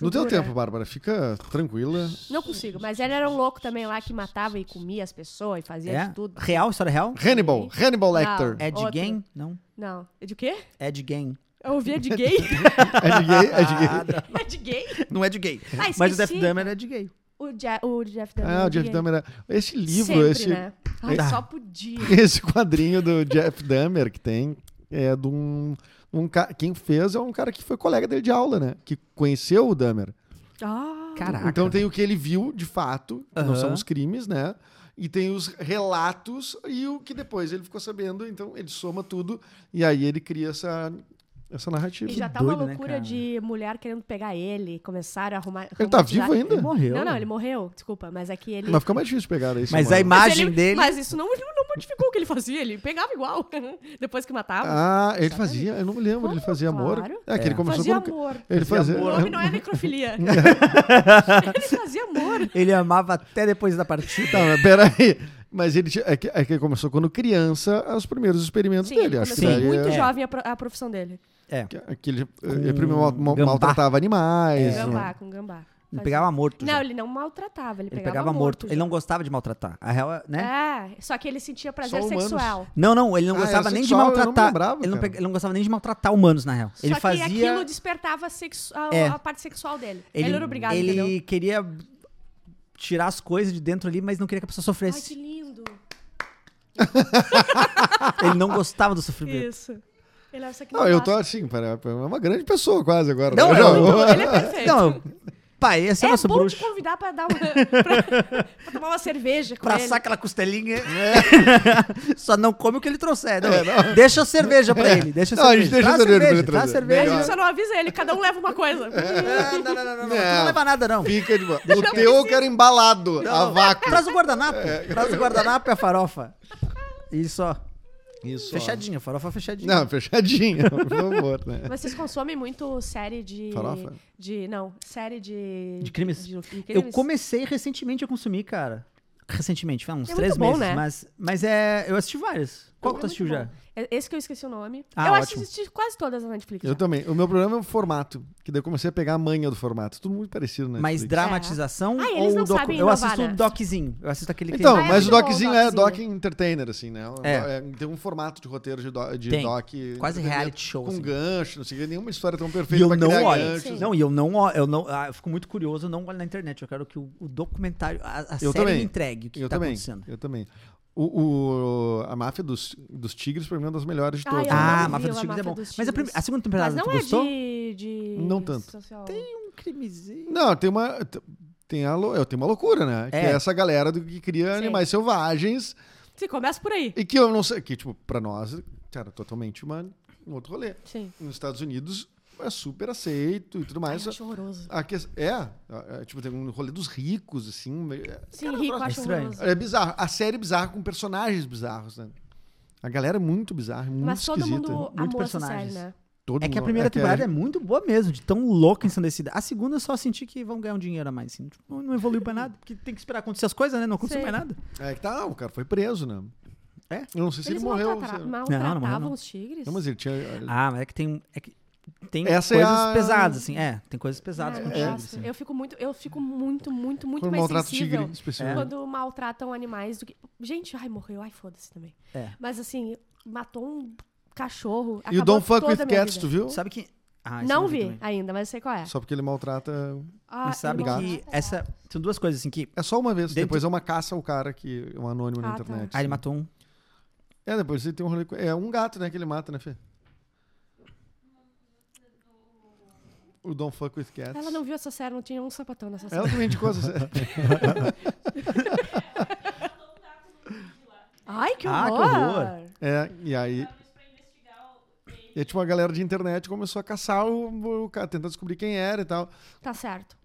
Speaker 2: No teu
Speaker 4: Segura.
Speaker 2: tempo, Bárbara, fica tranquila.
Speaker 4: Não consigo, mas ele era um louco também lá que matava e comia as pessoas e fazia
Speaker 3: É?
Speaker 4: de tudo.
Speaker 3: Real? História real?
Speaker 2: Hannibal, Hannibal Lecter.
Speaker 4: Não.
Speaker 3: É de
Speaker 4: Outro.
Speaker 3: game? Não.
Speaker 4: Não. É de quê?
Speaker 3: É de game.
Speaker 4: Eu ouvia de gay?
Speaker 2: É de gay, é de
Speaker 3: Ah,
Speaker 2: gay.
Speaker 3: não.
Speaker 4: é de gay?
Speaker 3: não é de gay.
Speaker 4: Ah,
Speaker 3: Mas o
Speaker 4: esqueci.
Speaker 3: Jeff Dahmer é de gay.
Speaker 4: O, Ja- o Jeff Dahmer.
Speaker 2: Ah,
Speaker 4: é
Speaker 2: o
Speaker 4: de
Speaker 2: Jeff
Speaker 4: gay.
Speaker 2: Dahmer. é- Esse livro,
Speaker 4: Sempre,
Speaker 2: esse,
Speaker 4: Né? Ai,
Speaker 3: Tá.
Speaker 4: só podia.
Speaker 2: esse quadrinho do Jeff Dahmer que tem é de um, um ca- quem fez é um cara que foi colega dele de aula, né? Que conheceu o Dahmer.
Speaker 4: Ah,
Speaker 3: Caraca.
Speaker 2: Então tem o que ele viu, de fato, que não
Speaker 3: Aham.
Speaker 2: são os crimes, né? E tem os relatos e o que depois ele ficou sabendo, então ele soma tudo e aí ele cria essa, essa narrativa.
Speaker 4: e já tá
Speaker 3: doido,
Speaker 4: uma
Speaker 3: né,
Speaker 4: loucura
Speaker 3: cara?
Speaker 4: de mulher querendo pegar ele. Começaram a arrumar.
Speaker 2: Ele tá
Speaker 4: romantizar.
Speaker 2: vivo ainda?
Speaker 3: Ele morreu.
Speaker 4: Não, não, ele morreu. Desculpa, mas é que ele.
Speaker 2: Mas fica mais difícil pegar isso.
Speaker 3: Mas
Speaker 2: mano.
Speaker 3: a imagem
Speaker 4: ele-
Speaker 3: dele.
Speaker 4: Mas isso não, não modificou o que ele fazia. Ele pegava igual. Depois que matava.
Speaker 2: Ah, ele fazia, eu não me lembro, ele
Speaker 4: Como?
Speaker 2: fazia amor.
Speaker 4: Claro.
Speaker 2: É que ele começou
Speaker 4: fazia
Speaker 2: como-
Speaker 4: amor.
Speaker 2: Ele fazia.
Speaker 4: O homem não é necrofilia. ele fazia amor.
Speaker 3: Ele amava até depois da partida.
Speaker 2: Tá, mas peraí. Mas ele tinha- é que, é que ele começou quando criança os primeiros experimentos
Speaker 4: Sim,
Speaker 2: dele.
Speaker 4: ele
Speaker 2: acho que
Speaker 4: começou
Speaker 2: daí
Speaker 4: muito
Speaker 2: é-
Speaker 4: jovem a, pro- a profissão dele.
Speaker 3: É.
Speaker 2: que- que eh, ele, ele primeiro mal- mal-
Speaker 3: gambá.
Speaker 2: maltratava animais.
Speaker 4: Com
Speaker 2: né?
Speaker 4: É, gambá, com gambá.
Speaker 3: Ele pegava morto.
Speaker 4: Não,
Speaker 3: já.
Speaker 4: ele não maltratava, ele,
Speaker 3: Ele pegava, morto.
Speaker 4: já.
Speaker 3: Ele não gostava de maltratar. A real é, né?
Speaker 4: É, só que ele sentia prazer
Speaker 2: Só humanos.
Speaker 4: sexual.
Speaker 3: Não, não, ele não
Speaker 2: Ah,
Speaker 3: gostava
Speaker 2: era
Speaker 3: nem de
Speaker 2: sexual, eu não me
Speaker 3: maltratar.
Speaker 2: lembrava,
Speaker 3: ele, não
Speaker 2: cara.
Speaker 3: pe- ele não gostava nem de maltratar humanos, na real. ele
Speaker 4: só
Speaker 3: fazia.
Speaker 4: que aquilo despertava sexu- a,
Speaker 3: É.
Speaker 4: a parte sexual dele. Ele, era obrigado,
Speaker 3: ele
Speaker 4: entendeu?
Speaker 3: queria tirar as coisas de dentro ali, mas não queria que a pessoa
Speaker 4: Ai, que
Speaker 3: sofresse.
Speaker 4: lindo.
Speaker 3: Ele não gostava do sofrimento.
Speaker 4: Isso. Ele era
Speaker 2: Não, eu tô assim, para- é uma grande pessoa quase agora.
Speaker 3: Não,
Speaker 2: né?
Speaker 3: eu-
Speaker 2: Já-
Speaker 4: Ele é perfeito.
Speaker 3: Não, pai, esse é,
Speaker 4: é
Speaker 3: nosso
Speaker 4: bom
Speaker 3: bruxo.
Speaker 4: te convidar pra, dar uma, pra, pra tomar uma cerveja com
Speaker 3: Pra
Speaker 4: ele.
Speaker 3: assar aquela costelinha.
Speaker 2: né?
Speaker 3: Só não come o que ele trouxer. Não, Deixa a cerveja pra ele. Deixa a
Speaker 2: É, Não, a
Speaker 3: cerveja.
Speaker 2: gente deixa
Speaker 3: Traz
Speaker 2: a cerveja pra ele
Speaker 3: traz
Speaker 2: trazer.
Speaker 4: A
Speaker 3: cerveja.
Speaker 4: gente só não avisa ele, cada um leva uma coisa.
Speaker 3: Ah, Não, não, não, não, não. Tu não
Speaker 2: Não.
Speaker 3: leva nada, não.
Speaker 2: Fica de boa. O teu eu quero embalado, a
Speaker 3: é
Speaker 2: É. vácuo.
Speaker 3: Traz o guardanapo. Traz o guardanapo e a farofa. E só.
Speaker 2: Isso. ó.
Speaker 3: Fechadinha, farofa fechadinha.
Speaker 2: Não, fechadinho, por favor, né?
Speaker 4: Vocês consomem muito série de.
Speaker 2: Farofa?
Speaker 4: De. Não, série de.
Speaker 3: De crimes.
Speaker 4: de- de
Speaker 3: Eu
Speaker 4: crimes.
Speaker 3: comecei recentemente a consumir, cara. Recentemente, foi uns
Speaker 4: É
Speaker 3: três
Speaker 4: muito bom,
Speaker 3: meses.
Speaker 4: né?
Speaker 3: Mas, mas é. Eu assisti vários. Qual que tu
Speaker 4: É
Speaker 3: assistiu
Speaker 4: muito
Speaker 3: já?
Speaker 4: bom. É- Esse que eu esqueci o nome.
Speaker 3: Ah,
Speaker 4: eu
Speaker 3: ótimo.
Speaker 4: assisti quase todas na Netflix.
Speaker 2: Eu
Speaker 4: já.
Speaker 2: também. O meu problema é o formato, que daí eu comecei a pegar a manha do formato. Tudo muito parecido, né?
Speaker 3: Mas
Speaker 2: Netflix.
Speaker 3: dramatização
Speaker 4: É. Ah, eles
Speaker 3: ou
Speaker 4: não
Speaker 3: docu?
Speaker 4: sabem
Speaker 3: eu
Speaker 4: inovar,
Speaker 3: assisto o
Speaker 4: né?
Speaker 3: doczinho. Eu assisto aquele
Speaker 2: Então,
Speaker 4: Ah, é
Speaker 2: mas
Speaker 4: muito
Speaker 2: o
Speaker 4: bom,
Speaker 2: doczinho é doc
Speaker 4: doczinho.
Speaker 2: entertainer, assim, né?
Speaker 3: um É.
Speaker 2: É, Tem um formato de roteiro de, do- de
Speaker 3: Tem.
Speaker 2: doc.
Speaker 3: Quase
Speaker 2: entendeu?
Speaker 3: reality show,
Speaker 2: Com
Speaker 3: assim.
Speaker 2: gancho, não sei o que. Nenhuma história tão
Speaker 3: E
Speaker 2: perfeita
Speaker 3: eu
Speaker 2: pra criar
Speaker 3: não olho.
Speaker 2: ganchos.
Speaker 4: Sim.
Speaker 3: Não, e eu não olho. Eu, não, ah, eu fico muito curioso, eu não olho na internet. Eu quero que o, o documentário, a, a série
Speaker 2: Eu
Speaker 3: me
Speaker 2: também.
Speaker 3: entregue o que,
Speaker 2: eu
Speaker 3: tá
Speaker 2: também,
Speaker 3: acontecendo.
Speaker 2: Eu também. O, o- a máfia dos, dos tigres, pra mim, é uma das melhores de
Speaker 4: Ah,
Speaker 2: todas.
Speaker 4: eu
Speaker 3: Ah,
Speaker 4: não
Speaker 3: Máfia
Speaker 4: vi
Speaker 3: dos
Speaker 4: a
Speaker 3: Tigres é
Speaker 4: Máfia
Speaker 3: bom.
Speaker 4: dos
Speaker 3: Mas a, prim-
Speaker 4: Tigres.
Speaker 3: a segunda temporada,
Speaker 4: Mas não
Speaker 3: tu
Speaker 4: é
Speaker 3: gostou?
Speaker 4: de, de.
Speaker 2: Não tanto.
Speaker 4: social.
Speaker 3: um crimezinho.
Speaker 2: Não, tem uma. t- Tem, a, lou- tem uma loucura, né? Que
Speaker 3: É.
Speaker 2: é essa galera do que cria
Speaker 4: Sim.
Speaker 2: animais selvagens
Speaker 4: Sim, começa por aí.
Speaker 2: e que eu não sei. Que, tipo, pra nós, cara, totalmente uma, um outro rolê.
Speaker 4: Sim.
Speaker 2: Nos Estados Unidos é super aceito e tudo mais.
Speaker 4: Eu acho horroroso.
Speaker 2: A que- é, é, tipo, tem um rolê dos ricos, assim. é-
Speaker 4: Sim, rico, eu
Speaker 3: é
Speaker 4: acho
Speaker 3: estranho.
Speaker 4: horroroso.
Speaker 2: É bizarro. A série é bizarra com personagens bizarros, né? A galera é muito bizarra, é muito
Speaker 4: Mas todo
Speaker 2: esquisita.
Speaker 4: mundo
Speaker 3: Muito
Speaker 4: amou essa série,
Speaker 3: personagens.
Speaker 4: né?
Speaker 2: Todo
Speaker 3: É que a
Speaker 2: mundo-
Speaker 3: primeira temporada é,
Speaker 2: é
Speaker 3: muito boa mesmo, de tão louca ensandecida. A segunda eu só senti que vão ganhar um dinheiro a mais. Assim. Tipo, não- não evoluiu pra nada, porque tem que esperar acontecer as coisas, né? Não aconteceu
Speaker 4: Sim.
Speaker 3: mais nada.
Speaker 2: É que tá, o cara foi preso, né?
Speaker 3: É?
Speaker 2: Eu não sei se
Speaker 4: Eles
Speaker 2: ele morreu.
Speaker 4: maltrata-
Speaker 2: se-
Speaker 4: maltratavam
Speaker 3: Não, não morreu, não.
Speaker 4: os tigres?
Speaker 2: Não, mas ele tinha.
Speaker 3: Ah, mas é que tem. É que tem
Speaker 2: Essa é
Speaker 3: coisas
Speaker 2: a-
Speaker 3: pesadas, assim. É, tem coisas
Speaker 4: Ah,
Speaker 3: pesadas
Speaker 4: eu
Speaker 3: com tigre.
Speaker 4: gosto.
Speaker 3: Assim.
Speaker 4: Eu fico muito, eu fico muito, muito, muito
Speaker 2: Foi um
Speaker 4: mais
Speaker 2: maltrato
Speaker 4: sensível
Speaker 2: tigre
Speaker 3: É.
Speaker 2: específico.
Speaker 4: quando maltratam animais do que. Gente, ai, morreu, ai, foda-se também.
Speaker 3: É.
Speaker 4: Mas assim, matou um cachorro.
Speaker 2: E o
Speaker 4: acabou
Speaker 2: Don't Fuck
Speaker 4: toda a
Speaker 2: with
Speaker 4: minha
Speaker 2: Cats,
Speaker 4: vida.
Speaker 2: tu viu?
Speaker 3: Sabe que. Ah, esse eu
Speaker 4: Não vi
Speaker 3: também.
Speaker 4: ainda, mas eu sei qual é.
Speaker 2: Só porque ele maltrata.
Speaker 4: Ah,
Speaker 3: Mas sabe
Speaker 4: ele não-
Speaker 3: que essa. São duas coisas, assim, que.
Speaker 2: É só uma vez.
Speaker 3: Dentro-
Speaker 2: Depois é uma caça ao cara que é um anônimo
Speaker 4: Ah,
Speaker 2: na
Speaker 4: tá.
Speaker 2: internet.
Speaker 3: Ah, ele matou um.
Speaker 2: É, depois ele tem um rolê. com- É um gato, né, que ele mata, né, Fê? O Don't Fuck with Cats.
Speaker 4: Ela não viu essa série, não tinha um sapatão nessa série.
Speaker 2: Ela também indicou essa série.
Speaker 4: Ai, que
Speaker 3: Ah, que
Speaker 4: horror!
Speaker 3: horror.
Speaker 2: É, e aí. E aí, tipo, uma galera de internet começou a caçar o, o cara, tentar descobrir quem era e tal.
Speaker 4: Tá certo.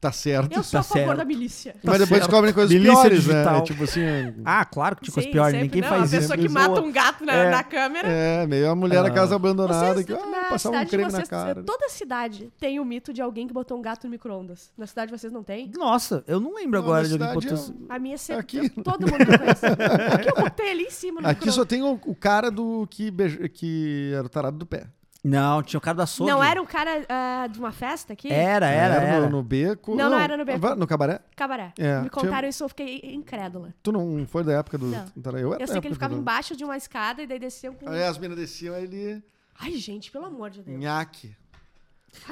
Speaker 2: Tá certo.
Speaker 4: Eu sou a
Speaker 3: Tá
Speaker 4: favor
Speaker 3: certo.
Speaker 4: da milícia.
Speaker 2: Mas
Speaker 3: Tá
Speaker 2: depois
Speaker 3: certo.
Speaker 2: descobrem coisas
Speaker 3: Milícia
Speaker 2: piores,
Speaker 3: digital.
Speaker 2: né? É tipo assim.
Speaker 3: Ah, claro que tinha coisas
Speaker 4: Sim,
Speaker 3: piores.
Speaker 4: sempre,
Speaker 3: Ninguém
Speaker 4: não,
Speaker 3: faz
Speaker 4: A
Speaker 3: isso.
Speaker 4: pessoa que
Speaker 2: Zoa.
Speaker 4: mata um gato na,
Speaker 3: É.
Speaker 4: na câmera.
Speaker 2: É, meio a mulher
Speaker 3: Ah.
Speaker 2: da casa abandonada
Speaker 4: Vocês,
Speaker 2: que ah,
Speaker 4: na
Speaker 2: passava um
Speaker 4: cidade de
Speaker 2: creme na
Speaker 4: vocês,
Speaker 2: cara.
Speaker 4: toda cidade tem o mito de alguém que botou um gato no micro-ondas. Na cidade de vocês não tem?
Speaker 3: Nossa, eu não lembro
Speaker 2: Não,
Speaker 3: agora
Speaker 2: na
Speaker 3: de alguém
Speaker 4: é
Speaker 2: cidade
Speaker 3: botou.
Speaker 4: A minha sempre.
Speaker 2: Aqui.
Speaker 4: Todo mundo me conhece. Aqui eu botei ali em cima no
Speaker 2: Aqui
Speaker 4: micro-ondas.
Speaker 2: só tem o, o cara do que, beija- que era o tarado do pé.
Speaker 3: Não, tinha o cara do açougue.
Speaker 4: Não era o cara ah, de uma festa aqui?
Speaker 3: Era, Ah, era,
Speaker 2: Era
Speaker 3: era.
Speaker 2: No, no beco.
Speaker 4: Não, não era no beco.
Speaker 2: No cabaré?
Speaker 4: Cabaré.
Speaker 2: É,
Speaker 4: Me contaram isso, eu fiquei incrédula.
Speaker 2: Tu não foi da época do.
Speaker 4: Não.
Speaker 2: Tarado? Eu, É. era
Speaker 4: Eu
Speaker 2: da
Speaker 4: sei que ele
Speaker 2: época
Speaker 4: ficava
Speaker 2: do-
Speaker 4: embaixo de uma escada e daí desceu com.
Speaker 2: Aí as minas desciam, aí ele.
Speaker 4: Ai, gente, pelo amor de Deus.
Speaker 2: Nhaque.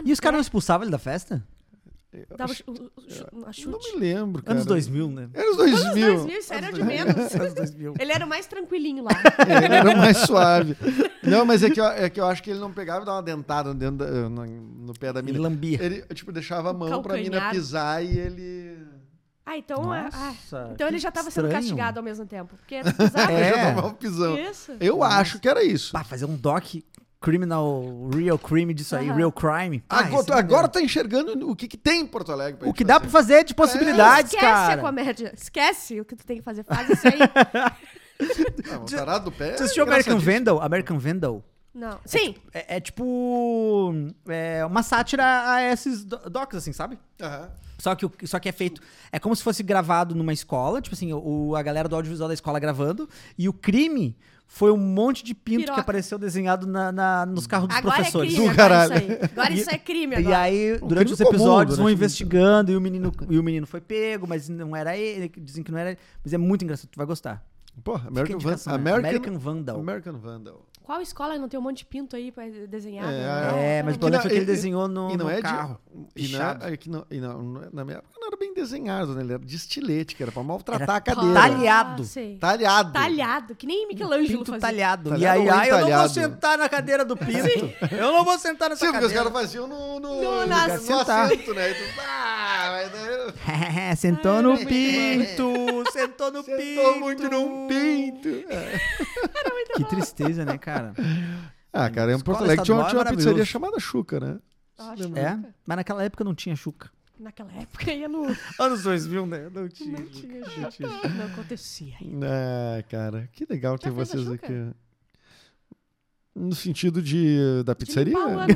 Speaker 3: E os caras não expulsavam ele da festa?
Speaker 2: Eu
Speaker 4: Dava
Speaker 2: acho-
Speaker 4: chu- uh, chu- uma
Speaker 2: Não
Speaker 4: chute.
Speaker 2: me lembro, cara.
Speaker 3: Anos 2000, né?
Speaker 2: Anos 2000.
Speaker 4: Anos 2000, isso era de menos.
Speaker 3: Anos 2000.
Speaker 4: Ele era o mais tranquilinho lá.
Speaker 2: É, Ele era mais suave. Não, mas é que, eu, é que eu acho que ele não pegava e dava uma dentada dentro da- no, no pé da
Speaker 3: Ele
Speaker 2: mina.
Speaker 3: lambia.
Speaker 2: Ele, tipo, deixava a mão pra mina
Speaker 4: calcanhar.
Speaker 2: pisar e ele...
Speaker 4: Ah, então. ah, ah,
Speaker 3: Nossa,
Speaker 4: então ele já
Speaker 3: que
Speaker 4: tava sendo
Speaker 3: estranho.
Speaker 4: castigado ao mesmo tempo. Porque era bizarro.
Speaker 3: É.
Speaker 2: Já tomava um pisão.
Speaker 4: Isso.
Speaker 2: Eu acho que era isso.
Speaker 3: Pá, fazer um doc criminal, real crime disso aí,
Speaker 4: Aham.
Speaker 3: real crime. Ah,
Speaker 2: agora,
Speaker 3: isso
Speaker 2: tu-
Speaker 3: é
Speaker 2: agora
Speaker 3: maneiro.
Speaker 2: tá enxergando o que, que tem em Porto Alegre.
Speaker 3: O que dá pra fazer é de possibilidades,
Speaker 4: Esquece a
Speaker 3: cara.
Speaker 4: comédia. Esquece o que tu tem que fazer. Faz isso aí.
Speaker 2: fazer. o tarado Ah, do pé.
Speaker 3: Você assistiu
Speaker 2: é engraçadinho.
Speaker 3: American Vandal? American Vandal.
Speaker 4: Não. Sim.
Speaker 3: É, é tipo. é uma sátira a esses do- docs, assim, sabe? Só que, o- só que é feito. É como se fosse gravado numa escola, tipo assim, o, a galera do audiovisual da escola gravando. E o crime foi um monte de pinto que
Speaker 4: Piroca.
Speaker 3: apareceu desenhado na, na- nos carros dos
Speaker 4: Agora é
Speaker 3: professores.
Speaker 4: crime,
Speaker 2: Do
Speaker 4: agora
Speaker 2: caralho.
Speaker 4: isso aí. Agora
Speaker 3: E-
Speaker 4: isso é crime
Speaker 3: E
Speaker 4: agora.
Speaker 3: aí,
Speaker 2: Um crime
Speaker 3: durante os episódios,
Speaker 2: comum,
Speaker 3: vão
Speaker 2: né?
Speaker 3: investigando e o, menino, e o menino foi pego, mas não era ele, que dizem que não era ele. Mas é muito engraçado, tu vai gostar.
Speaker 2: Porra,
Speaker 3: Fica a
Speaker 2: American, Van,
Speaker 3: indicação, né?
Speaker 2: American,
Speaker 3: American Vandal.
Speaker 2: American Vandal.
Speaker 4: Qual escola não tem um monte de pinto aí pra desenhar?
Speaker 2: É,
Speaker 3: É, mas
Speaker 2: Que
Speaker 3: o problema
Speaker 2: não,
Speaker 3: foi que
Speaker 2: e-
Speaker 3: ele
Speaker 2: e-
Speaker 3: desenhou no,
Speaker 2: e não
Speaker 3: no
Speaker 2: é
Speaker 3: carro.
Speaker 2: de. E
Speaker 3: Pichado.
Speaker 2: na, é que não, e não, não- na minha época não era bem desenhado, né? Ele era de estilete, que era pra maltratar
Speaker 3: Era
Speaker 2: a cadeira.
Speaker 3: talha- é talhado.
Speaker 4: Sim.
Speaker 2: Talhado.
Speaker 4: Ah, Talhado, que nem Michelangelo
Speaker 3: Pinto
Speaker 4: fazia.
Speaker 3: talhado. E
Speaker 2: Tá Talhado
Speaker 3: aí,
Speaker 2: ou
Speaker 3: ai, eu não vou
Speaker 2: entalhado?
Speaker 3: sentar na cadeira do pinto. Eu não vou sentar nessa
Speaker 2: Sim, porque os
Speaker 3: cadeira.
Speaker 2: caras faziam no, no,
Speaker 4: No-
Speaker 2: no
Speaker 4: na-
Speaker 3: sentar.
Speaker 2: assento, né? E tu, ah, mas daí-
Speaker 3: sentou no
Speaker 2: Ai,
Speaker 3: pinto, sentou no pinto.
Speaker 2: Sentou muito num pinto.
Speaker 3: Que tristeza, né, cara?
Speaker 2: Ah, cara, em
Speaker 3: Escola
Speaker 2: Porto Alegre tinha uma,
Speaker 3: estadual
Speaker 2: tinha uma
Speaker 3: é
Speaker 2: pizzaria
Speaker 3: maravilhoso.
Speaker 2: chamada Chuca, né?
Speaker 4: Nossa,
Speaker 3: É, mas naquela época não tinha chuca.
Speaker 4: Naquela época ia no.
Speaker 3: Anos 2000, né? Não tinha.
Speaker 4: Não tinha chuca. Não acontecia.
Speaker 2: Ah, cara, que legal ter
Speaker 4: Já fez a
Speaker 2: vocês
Speaker 4: Xuca?
Speaker 2: aqui. No sentido de da pizzaria?
Speaker 4: De limpar o ano.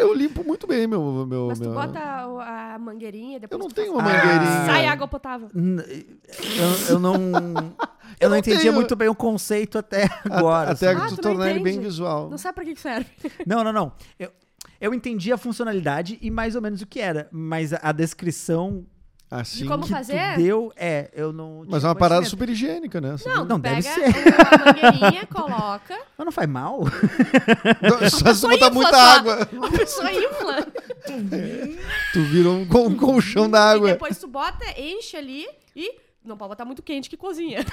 Speaker 2: Eu limpo muito bem, meu. meu,
Speaker 4: Mas tu
Speaker 2: meu-
Speaker 4: bota o- a mangueirinha e depois.
Speaker 2: Eu não
Speaker 4: tu
Speaker 2: tenho
Speaker 4: faz-
Speaker 2: uma mangueirinha.
Speaker 4: Sai água potável.
Speaker 3: Eu, eu não. Eu
Speaker 2: Eu
Speaker 3: não
Speaker 2: não
Speaker 3: entendia
Speaker 2: tenho-
Speaker 3: muito bem o conceito até
Speaker 2: A-
Speaker 3: agora.
Speaker 2: Até
Speaker 3: assim.
Speaker 4: Ah,
Speaker 2: tu
Speaker 4: tu não
Speaker 2: tornar ele bem
Speaker 4: entende.
Speaker 2: visual.
Speaker 4: Não sabe pra que que serve.
Speaker 3: Não, não, não. Eu, eu entendi a funcionalidade e mais ou menos o que era, mas a, a descrição
Speaker 2: Assim.
Speaker 4: De como tá
Speaker 3: que
Speaker 4: fazer?
Speaker 3: tu deu é, eu não.
Speaker 2: Mas é
Speaker 3: tinha
Speaker 2: uma parada super
Speaker 3: conhecimento.
Speaker 2: higiênica, né? Assim,
Speaker 4: Não,
Speaker 3: Não,
Speaker 4: tu
Speaker 3: deve
Speaker 4: pega
Speaker 3: ser.
Speaker 4: a mangueirinha, coloca.
Speaker 3: Mas não faz mal?
Speaker 2: não, Só se tu
Speaker 4: Só
Speaker 2: botar
Speaker 4: infla
Speaker 2: muita
Speaker 4: só.
Speaker 2: água.
Speaker 4: A pessoa infla.
Speaker 2: Tu vira um, col- um colchão da
Speaker 4: E
Speaker 2: água.
Speaker 4: depois tu bota, enche ali e. Não pode botar muito quente que cozinha.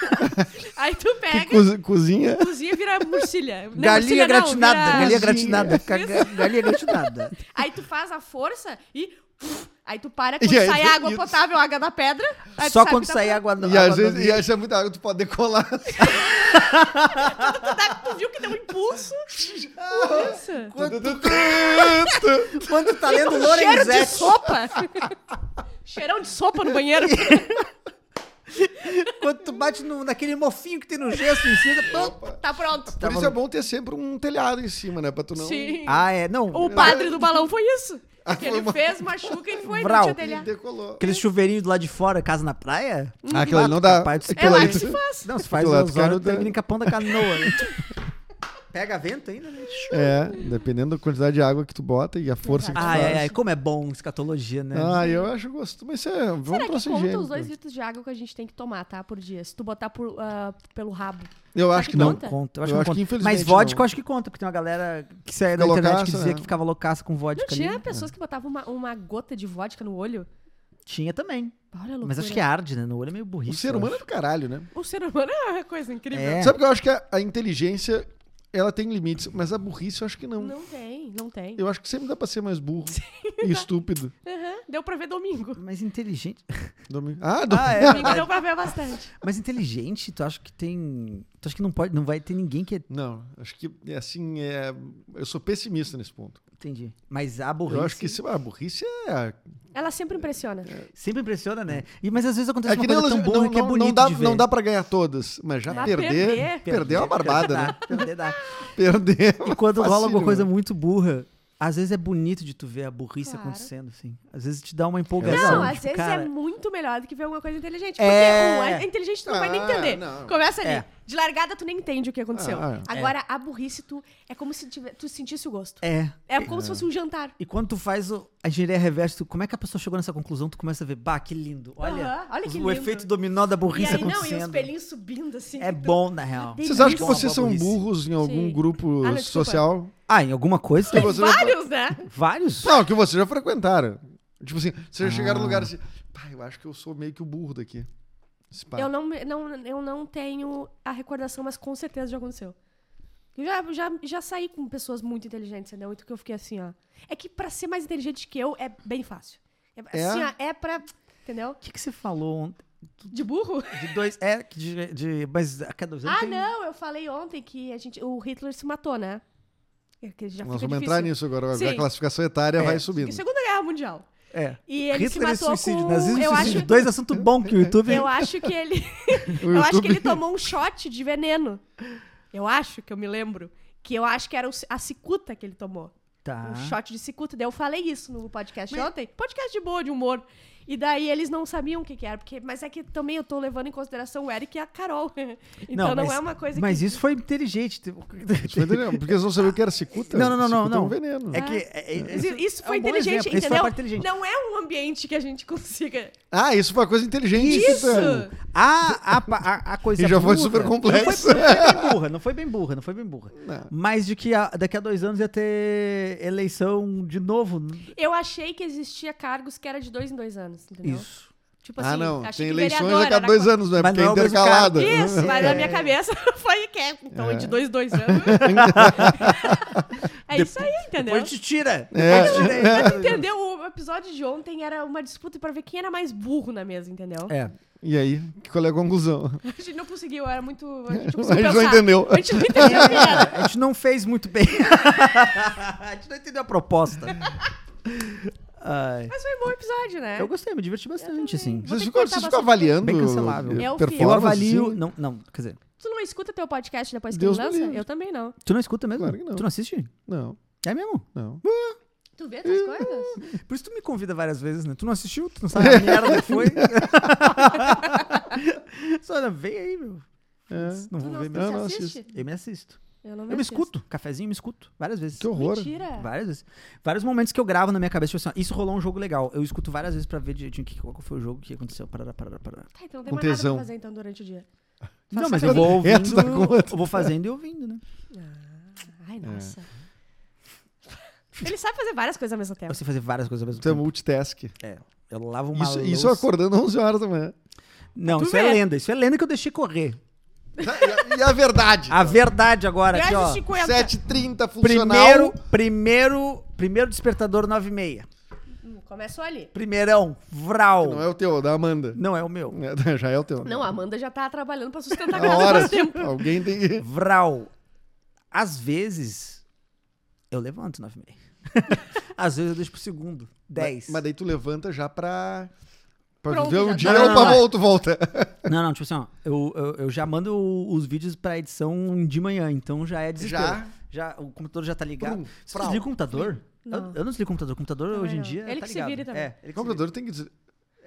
Speaker 4: Aí tu
Speaker 2: Que
Speaker 4: pega,
Speaker 2: cozi- cozinha.
Speaker 4: cozinha e vira murcilha. Não, é murcilha
Speaker 3: galinha
Speaker 4: não,
Speaker 3: gratinada,
Speaker 4: vira-
Speaker 2: Cozinha.
Speaker 3: galinha gratinada. fica ga- galinha gratinada.
Speaker 4: Aí tu faz a força e. puf, Aí tu para
Speaker 2: E
Speaker 4: quando
Speaker 2: aí
Speaker 4: sai
Speaker 2: tu-
Speaker 4: água
Speaker 2: e-
Speaker 4: potável, água da pedra. aí tu
Speaker 3: Só
Speaker 4: sabe
Speaker 3: quando
Speaker 4: que tá
Speaker 3: sair
Speaker 4: pronto.
Speaker 3: água,
Speaker 2: E
Speaker 3: água
Speaker 2: às vezes,
Speaker 3: do-
Speaker 2: e às vezes é muita água, tu pode decolar.
Speaker 4: Tu, dá- tu viu que deu um impulso? Pensa.
Speaker 3: Quando tu tá lendo
Speaker 4: Cheiro de
Speaker 3: Lorenzetti,
Speaker 4: sopa. Cheirão de sopa no banheiro.
Speaker 3: quando tu bate no, naquele mofinho que tem no gesso em cima, pronto.
Speaker 4: Tá pronto.
Speaker 2: Por isso é bom ter sempre um telhado em cima, né? Pra tu não.
Speaker 4: Sim.
Speaker 3: Ah, é, não.
Speaker 4: O padre do balão foi isso.
Speaker 2: Ah,
Speaker 4: Que
Speaker 2: foi
Speaker 4: ele
Speaker 2: uma-
Speaker 4: fez, machuca e foi
Speaker 3: Vrau.
Speaker 4: no dia dele.
Speaker 2: Ele decolou.
Speaker 3: Aquele chuveirinho do lado de fora, casa na praia.
Speaker 2: Ah, aquilo ali não dá.
Speaker 3: Capaz de se-
Speaker 4: É
Speaker 2: Aquilo
Speaker 4: lá
Speaker 2: ali
Speaker 4: que se
Speaker 2: tu-
Speaker 4: faz.
Speaker 3: Não, se faz
Speaker 2: Aquilo lá tu
Speaker 3: duas horas,
Speaker 2: cara-
Speaker 3: termina em Capão da Canoa. né? Pega vento ainda, né?
Speaker 2: É, dependendo da quantidade de água que tu bota e a força que tu
Speaker 3: Ai, ai,
Speaker 2: faz.
Speaker 3: ai, como é bom escatologia, né?
Speaker 2: Ah, eu acho gostoso. Mas isso é. Vamos
Speaker 4: Será
Speaker 2: pra
Speaker 4: que
Speaker 2: ser
Speaker 4: conta
Speaker 2: higiênico. né?
Speaker 4: os
Speaker 3: então.
Speaker 4: dois litros de água que a gente tem que tomar, tá? Por dia. Se tu botar por, ah, pelo rabo.
Speaker 2: Eu acho que não.
Speaker 4: conta?
Speaker 3: Conta, eu acho
Speaker 2: Eu
Speaker 3: que, não
Speaker 2: acho que,
Speaker 3: conta.
Speaker 2: infelizmente,
Speaker 3: Mas vodka
Speaker 2: não.
Speaker 3: eu acho que conta, porque tem uma galera que saiu da
Speaker 2: Fica
Speaker 3: internet que
Speaker 2: loucaça,
Speaker 3: dizia
Speaker 2: né?
Speaker 3: que ficava loucaça com vodka
Speaker 4: Não
Speaker 3: ali.
Speaker 4: tinha pessoas que botavam uma, uma gota de vodka no olho?
Speaker 3: Tinha também.
Speaker 4: Olha a loucura.
Speaker 3: Mas acho que arde, né? No olho é meio burrice.
Speaker 2: O ser
Speaker 3: eu
Speaker 2: humano é
Speaker 3: acho.
Speaker 2: do caralho, né?
Speaker 4: O ser humano é uma coisa incrível.
Speaker 3: É.
Speaker 2: Sabe que eu acho que a, a inteligência, ela tem limites, mas a burrice eu acho que não.
Speaker 4: Não tem, não tem.
Speaker 2: Eu acho que sempre dá pra ser mais burro e estúpido.
Speaker 4: Aham, Deu pra ver domingo.
Speaker 3: Mas inteligente.
Speaker 2: Domingo. Ah, do...
Speaker 3: Ah, é.
Speaker 4: Domingo deu pra ver bastante.
Speaker 3: Mas inteligente, tu acha que tem. Tu acha que não pode. Não vai ter ninguém que. é-
Speaker 2: Não, acho que é assim, é... eu sou pessimista nesse ponto.
Speaker 3: Entendi. Mas a
Speaker 2: Eu
Speaker 3: burrice
Speaker 2: acho que se- ah, a burrice é.
Speaker 4: Ela sempre impressiona.
Speaker 3: sempre impressiona, né? E, mas às vezes acontece
Speaker 2: É
Speaker 3: uma
Speaker 2: que nem
Speaker 3: coisa
Speaker 2: elas-
Speaker 3: tão boa
Speaker 2: não,
Speaker 3: que é
Speaker 2: não-
Speaker 3: bonito
Speaker 2: não dá,
Speaker 3: de ver.
Speaker 2: não dá pra ganhar todas, mas já
Speaker 4: Mas
Speaker 2: perder,
Speaker 4: perder-
Speaker 2: perder, é uma barbada, né?
Speaker 3: Perder dá.
Speaker 2: Perder.
Speaker 3: E quando rola alguma
Speaker 2: Facílimo.
Speaker 3: coisa muito burra, às vezes é bonito de tu ver a burrice
Speaker 4: Claro.
Speaker 3: acontecendo, assim. Às vezes te dá uma empolgação.
Speaker 4: Não,
Speaker 3: tipo,
Speaker 4: às vezes
Speaker 3: cara,
Speaker 4: é muito melhor do que ver alguma coisa inteligente. Porque,
Speaker 3: É.
Speaker 4: um, a inteligente tu não vai nem
Speaker 2: Ah,
Speaker 4: entender.
Speaker 2: não.
Speaker 4: Começa ali.
Speaker 3: É.
Speaker 4: De largada, tu nem entende o que aconteceu.
Speaker 2: Ah, ah,
Speaker 4: Agora, a burrice, tu é como se tive- tu sentisse o gosto.
Speaker 3: é.
Speaker 4: É, como se fosse um jantar.
Speaker 3: E quando tu faz o- a engenharia reversa, tu- como é que a pessoa chegou nessa conclusão? Tu começa a ver, bah, que lindo. Olha,
Speaker 4: Aham, olha
Speaker 3: os-
Speaker 4: que
Speaker 3: o
Speaker 4: lindo.
Speaker 3: efeito dominó da
Speaker 4: E
Speaker 3: burrice
Speaker 4: aí, não, e
Speaker 3: acontecendo.
Speaker 4: os pelinhos subindo assim.
Speaker 3: É
Speaker 4: que tu-
Speaker 3: bom, na real.
Speaker 4: Delícia.
Speaker 2: Vocês acham que
Speaker 3: Bom,
Speaker 2: vocês são
Speaker 3: burrice.
Speaker 2: burros em algum
Speaker 4: Sim.
Speaker 2: grupo
Speaker 4: Ah, não, desculpa.
Speaker 2: social?
Speaker 3: Ah, em alguma coisa?
Speaker 2: Que você já-
Speaker 4: Vários, né?
Speaker 3: Vários?
Speaker 2: Não, que vocês já frequentaram. Tipo assim, vocês já chegaram no lugar assim. Pai, eu acho que eu sou meio que o burro daqui. Esse pá.
Speaker 4: Eu não, me- não- eu não tenho a recordação, mas com certeza já aconteceu. Eu já, já, já saí com pessoas muito inteligentes, entendeu? Então que eu fiquei assim, ó. É que pra ser mais inteligente que eu é bem fácil. É,
Speaker 2: É?
Speaker 4: Assim, ó, é pra. Entendeu?
Speaker 3: O que, que você falou ontem?
Speaker 4: De burro?
Speaker 3: De dois. É, que de, de. Mas a cada dois anos
Speaker 4: Ah,
Speaker 3: tem-
Speaker 4: não, eu falei ontem que a gente, o Hitler se matou, né? É que já
Speaker 2: Nós
Speaker 4: fica
Speaker 2: vamos
Speaker 4: difícil.
Speaker 2: entrar nisso agora.
Speaker 4: Sim.
Speaker 2: A classificação etária vai
Speaker 4: Porque
Speaker 2: subindo.
Speaker 4: Segunda Guerra Mundial.
Speaker 3: É.
Speaker 4: E ele se
Speaker 3: Hitler e
Speaker 4: matou
Speaker 3: suicídio,
Speaker 4: com...
Speaker 3: nazismo e
Speaker 4: eu
Speaker 3: suicídio.
Speaker 4: acho,
Speaker 3: Dois assuntos bons que o YouTube.
Speaker 4: eu acho que ele...
Speaker 2: O
Speaker 4: eu acho que
Speaker 2: YouTube-
Speaker 4: ele tomou um shot de veneno. Eu acho que eu me lembro. Que eu acho que era o ci- a cicuta que ele tomou.
Speaker 3: Tá.
Speaker 4: Um shot de cicuta. Daí eu falei isso no podcast
Speaker 3: Mas-
Speaker 4: ontem. Podcast de boa, de humor. E daí eles não sabiam o que, que era. Porque, mas é que também eu tô levando em consideração o Eric e a Carol. então não, é uma coisa
Speaker 3: Mas
Speaker 4: que...
Speaker 3: isso foi inteligente.
Speaker 2: Isso foi veneno, Tipo, Porque eles não sabiam o que era cicuta.
Speaker 3: Não, não, não, não,
Speaker 2: Cicuta é
Speaker 3: não.
Speaker 2: um veneno.
Speaker 3: É que. é- é-
Speaker 4: Mas Ah. Isso
Speaker 3: é
Speaker 4: foi
Speaker 3: um bom
Speaker 4: inteligente,
Speaker 3: exemplo. Isso foi a
Speaker 4: entendeu?
Speaker 3: parte inteligente.
Speaker 4: Não é um ambiente que a gente consiga.
Speaker 2: Ah, isso foi uma coisa inteligente. então.
Speaker 4: Isso!
Speaker 2: Tano.
Speaker 3: Tipo A, a, pa- a, a coisa
Speaker 2: E já foi
Speaker 3: burra-
Speaker 2: super complexo.
Speaker 3: Não foi, não foi bem burra, não foi bem burra, não foi bem burra.
Speaker 2: Não.
Speaker 3: Mas de que a- daqui a dois anos ia ter eleição de novo.
Speaker 4: Eu achei que existia cargos que era de dois em dois anos, entendeu?
Speaker 3: Isso.
Speaker 4: Tipo
Speaker 2: Ah,
Speaker 4: assim,
Speaker 2: não.
Speaker 4: achei
Speaker 2: Tem
Speaker 4: que
Speaker 2: eleições
Speaker 4: vereador
Speaker 2: a cada
Speaker 4: era
Speaker 2: dois
Speaker 4: qua-
Speaker 2: anos, né?
Speaker 3: Mas
Speaker 2: Porque é
Speaker 3: não é o mesmo cara.
Speaker 2: intercalada.
Speaker 4: Isso, mas na minha
Speaker 3: É.
Speaker 4: cabeça foi que é. Então,
Speaker 2: É.
Speaker 4: de dois, dois anos. é isso aí, entendeu?
Speaker 3: Depois te tira.
Speaker 2: É.
Speaker 3: Depois te tira.
Speaker 4: Entendeu? O episódio de ontem era uma disputa pra ver quem era mais burro na mesa, entendeu?
Speaker 3: É.
Speaker 2: E aí, qual é a conclusão?
Speaker 4: A gente não conseguiu, era muito. A gente não
Speaker 2: A
Speaker 4: conseguiu
Speaker 2: gente não
Speaker 4: pensar.
Speaker 2: entendeu.
Speaker 4: A gente não entendeu o que era.
Speaker 3: A gente não fez muito bem. a gente não entendeu a proposta. Ai.
Speaker 4: Mas foi um bom episódio, né?
Speaker 3: Eu gostei, me diverti bastante, assim.
Speaker 4: Vou
Speaker 2: Vocês
Speaker 4: ter que
Speaker 2: ficam,
Speaker 4: cortar
Speaker 2: vocês ficam
Speaker 4: bastante
Speaker 2: avaliando É
Speaker 3: Bem cancelável.
Speaker 4: Eu fiz.
Speaker 3: Eu
Speaker 2: performance?
Speaker 3: avalio.
Speaker 2: assim?
Speaker 3: Não, não, quer dizer,
Speaker 4: Tu não escuta teu podcast depois que
Speaker 2: Deus
Speaker 4: tu
Speaker 2: me
Speaker 4: lança?
Speaker 2: livre.
Speaker 4: Eu também não.
Speaker 3: tu não escuta mesmo?
Speaker 2: Claro que não.
Speaker 3: Tu não assiste?
Speaker 2: Não,
Speaker 3: É mesmo?
Speaker 2: não.
Speaker 4: Tu vê essas coisas?
Speaker 3: Por isso tu me convida várias vezes, né? Tu não assistiu, tu não sabe a merda que foi. Só não, vem aí, meu.
Speaker 2: É.
Speaker 3: Não
Speaker 4: Tu
Speaker 3: vou
Speaker 4: não,
Speaker 3: ver
Speaker 4: tu
Speaker 3: mesmo.
Speaker 2: não
Speaker 4: se
Speaker 2: assisto.
Speaker 4: assiste?
Speaker 3: Eu me assisto.
Speaker 4: Eu não
Speaker 3: Eu me
Speaker 4: assisto.
Speaker 3: escuto. Cafezinho, eu me escuto. Várias vezes.
Speaker 2: Que horror.
Speaker 4: Mentira.
Speaker 3: Várias vezes. Vários momentos que eu gravo na minha cabeça, tipo assim, ó, isso rolou um jogo legal. Eu escuto várias vezes pra ver direitinho que, qual que foi o jogo, o que aconteceu, parará, parará, parará.
Speaker 4: Tá, então não tem
Speaker 2: Com
Speaker 4: mais
Speaker 2: tesão.
Speaker 4: nada pra fazer então durante o dia.
Speaker 3: Não,
Speaker 4: Faça
Speaker 3: mas
Speaker 4: a
Speaker 3: eu vou
Speaker 2: É, tu
Speaker 3: ouvindo,
Speaker 2: dá conta.
Speaker 3: eu vou fazendo e ouvindo, né?
Speaker 4: Ai, nossa. Ele sabe fazer várias coisas ao mesmo tempo.
Speaker 3: Eu sei fazer várias coisas ao mesmo
Speaker 2: Tu é
Speaker 3: tempo.
Speaker 2: multitask.
Speaker 3: É, eu lavo uma
Speaker 2: Isso,
Speaker 3: louça.
Speaker 2: isso é acordando 11 horas da manhã.
Speaker 3: Não,
Speaker 4: Tu
Speaker 3: isso
Speaker 4: vê.
Speaker 3: é lenda. Isso é lenda que eu deixei correr.
Speaker 2: E a, e a verdade?
Speaker 3: A verdade agora aqui, ó.
Speaker 4: 50.
Speaker 2: 7h30 funcional.
Speaker 3: Primeiro, primeiro, primeiro despertador 9,6.
Speaker 4: Hum, Começou ali.
Speaker 3: Primeirão, vral.
Speaker 2: Não é o teu, é o da Amanda.
Speaker 3: Não é o meu.
Speaker 2: É, Já é o teu.
Speaker 4: Não, a Amanda já tá trabalhando pra sustentar a
Speaker 2: a
Speaker 4: casa
Speaker 2: hora.
Speaker 4: faz tempo.
Speaker 2: Alguém tem que...
Speaker 3: Vral. Às vezes, eu levanto 9,6. Às vezes eu deixo pro segundo. 10.
Speaker 2: Mas daí tu levanta já pra... Pra
Speaker 4: Pronto,
Speaker 2: viver
Speaker 4: já
Speaker 2: o
Speaker 4: tá.
Speaker 2: dia
Speaker 3: Não, não,
Speaker 2: ou pra
Speaker 3: não, não.
Speaker 2: volta, volta.
Speaker 3: Não, não, tipo assim, ó. Eu, eu, eu já mando o- os vídeos pra edição de manhã, então já é desespero.
Speaker 2: Já?
Speaker 3: Já, o computador já tá ligado.
Speaker 2: Prum,
Speaker 3: Você
Speaker 2: frau.
Speaker 3: desliga o computador? Eu,
Speaker 4: Não.
Speaker 3: eu não desligo o computador. O computador
Speaker 4: Também
Speaker 3: hoje em
Speaker 4: não.
Speaker 3: dia.
Speaker 4: Ele
Speaker 3: tá
Speaker 4: que se
Speaker 3: ligado.
Speaker 4: vire também.
Speaker 3: É, ele
Speaker 2: O
Speaker 3: que se vire.
Speaker 2: computador tem que... des-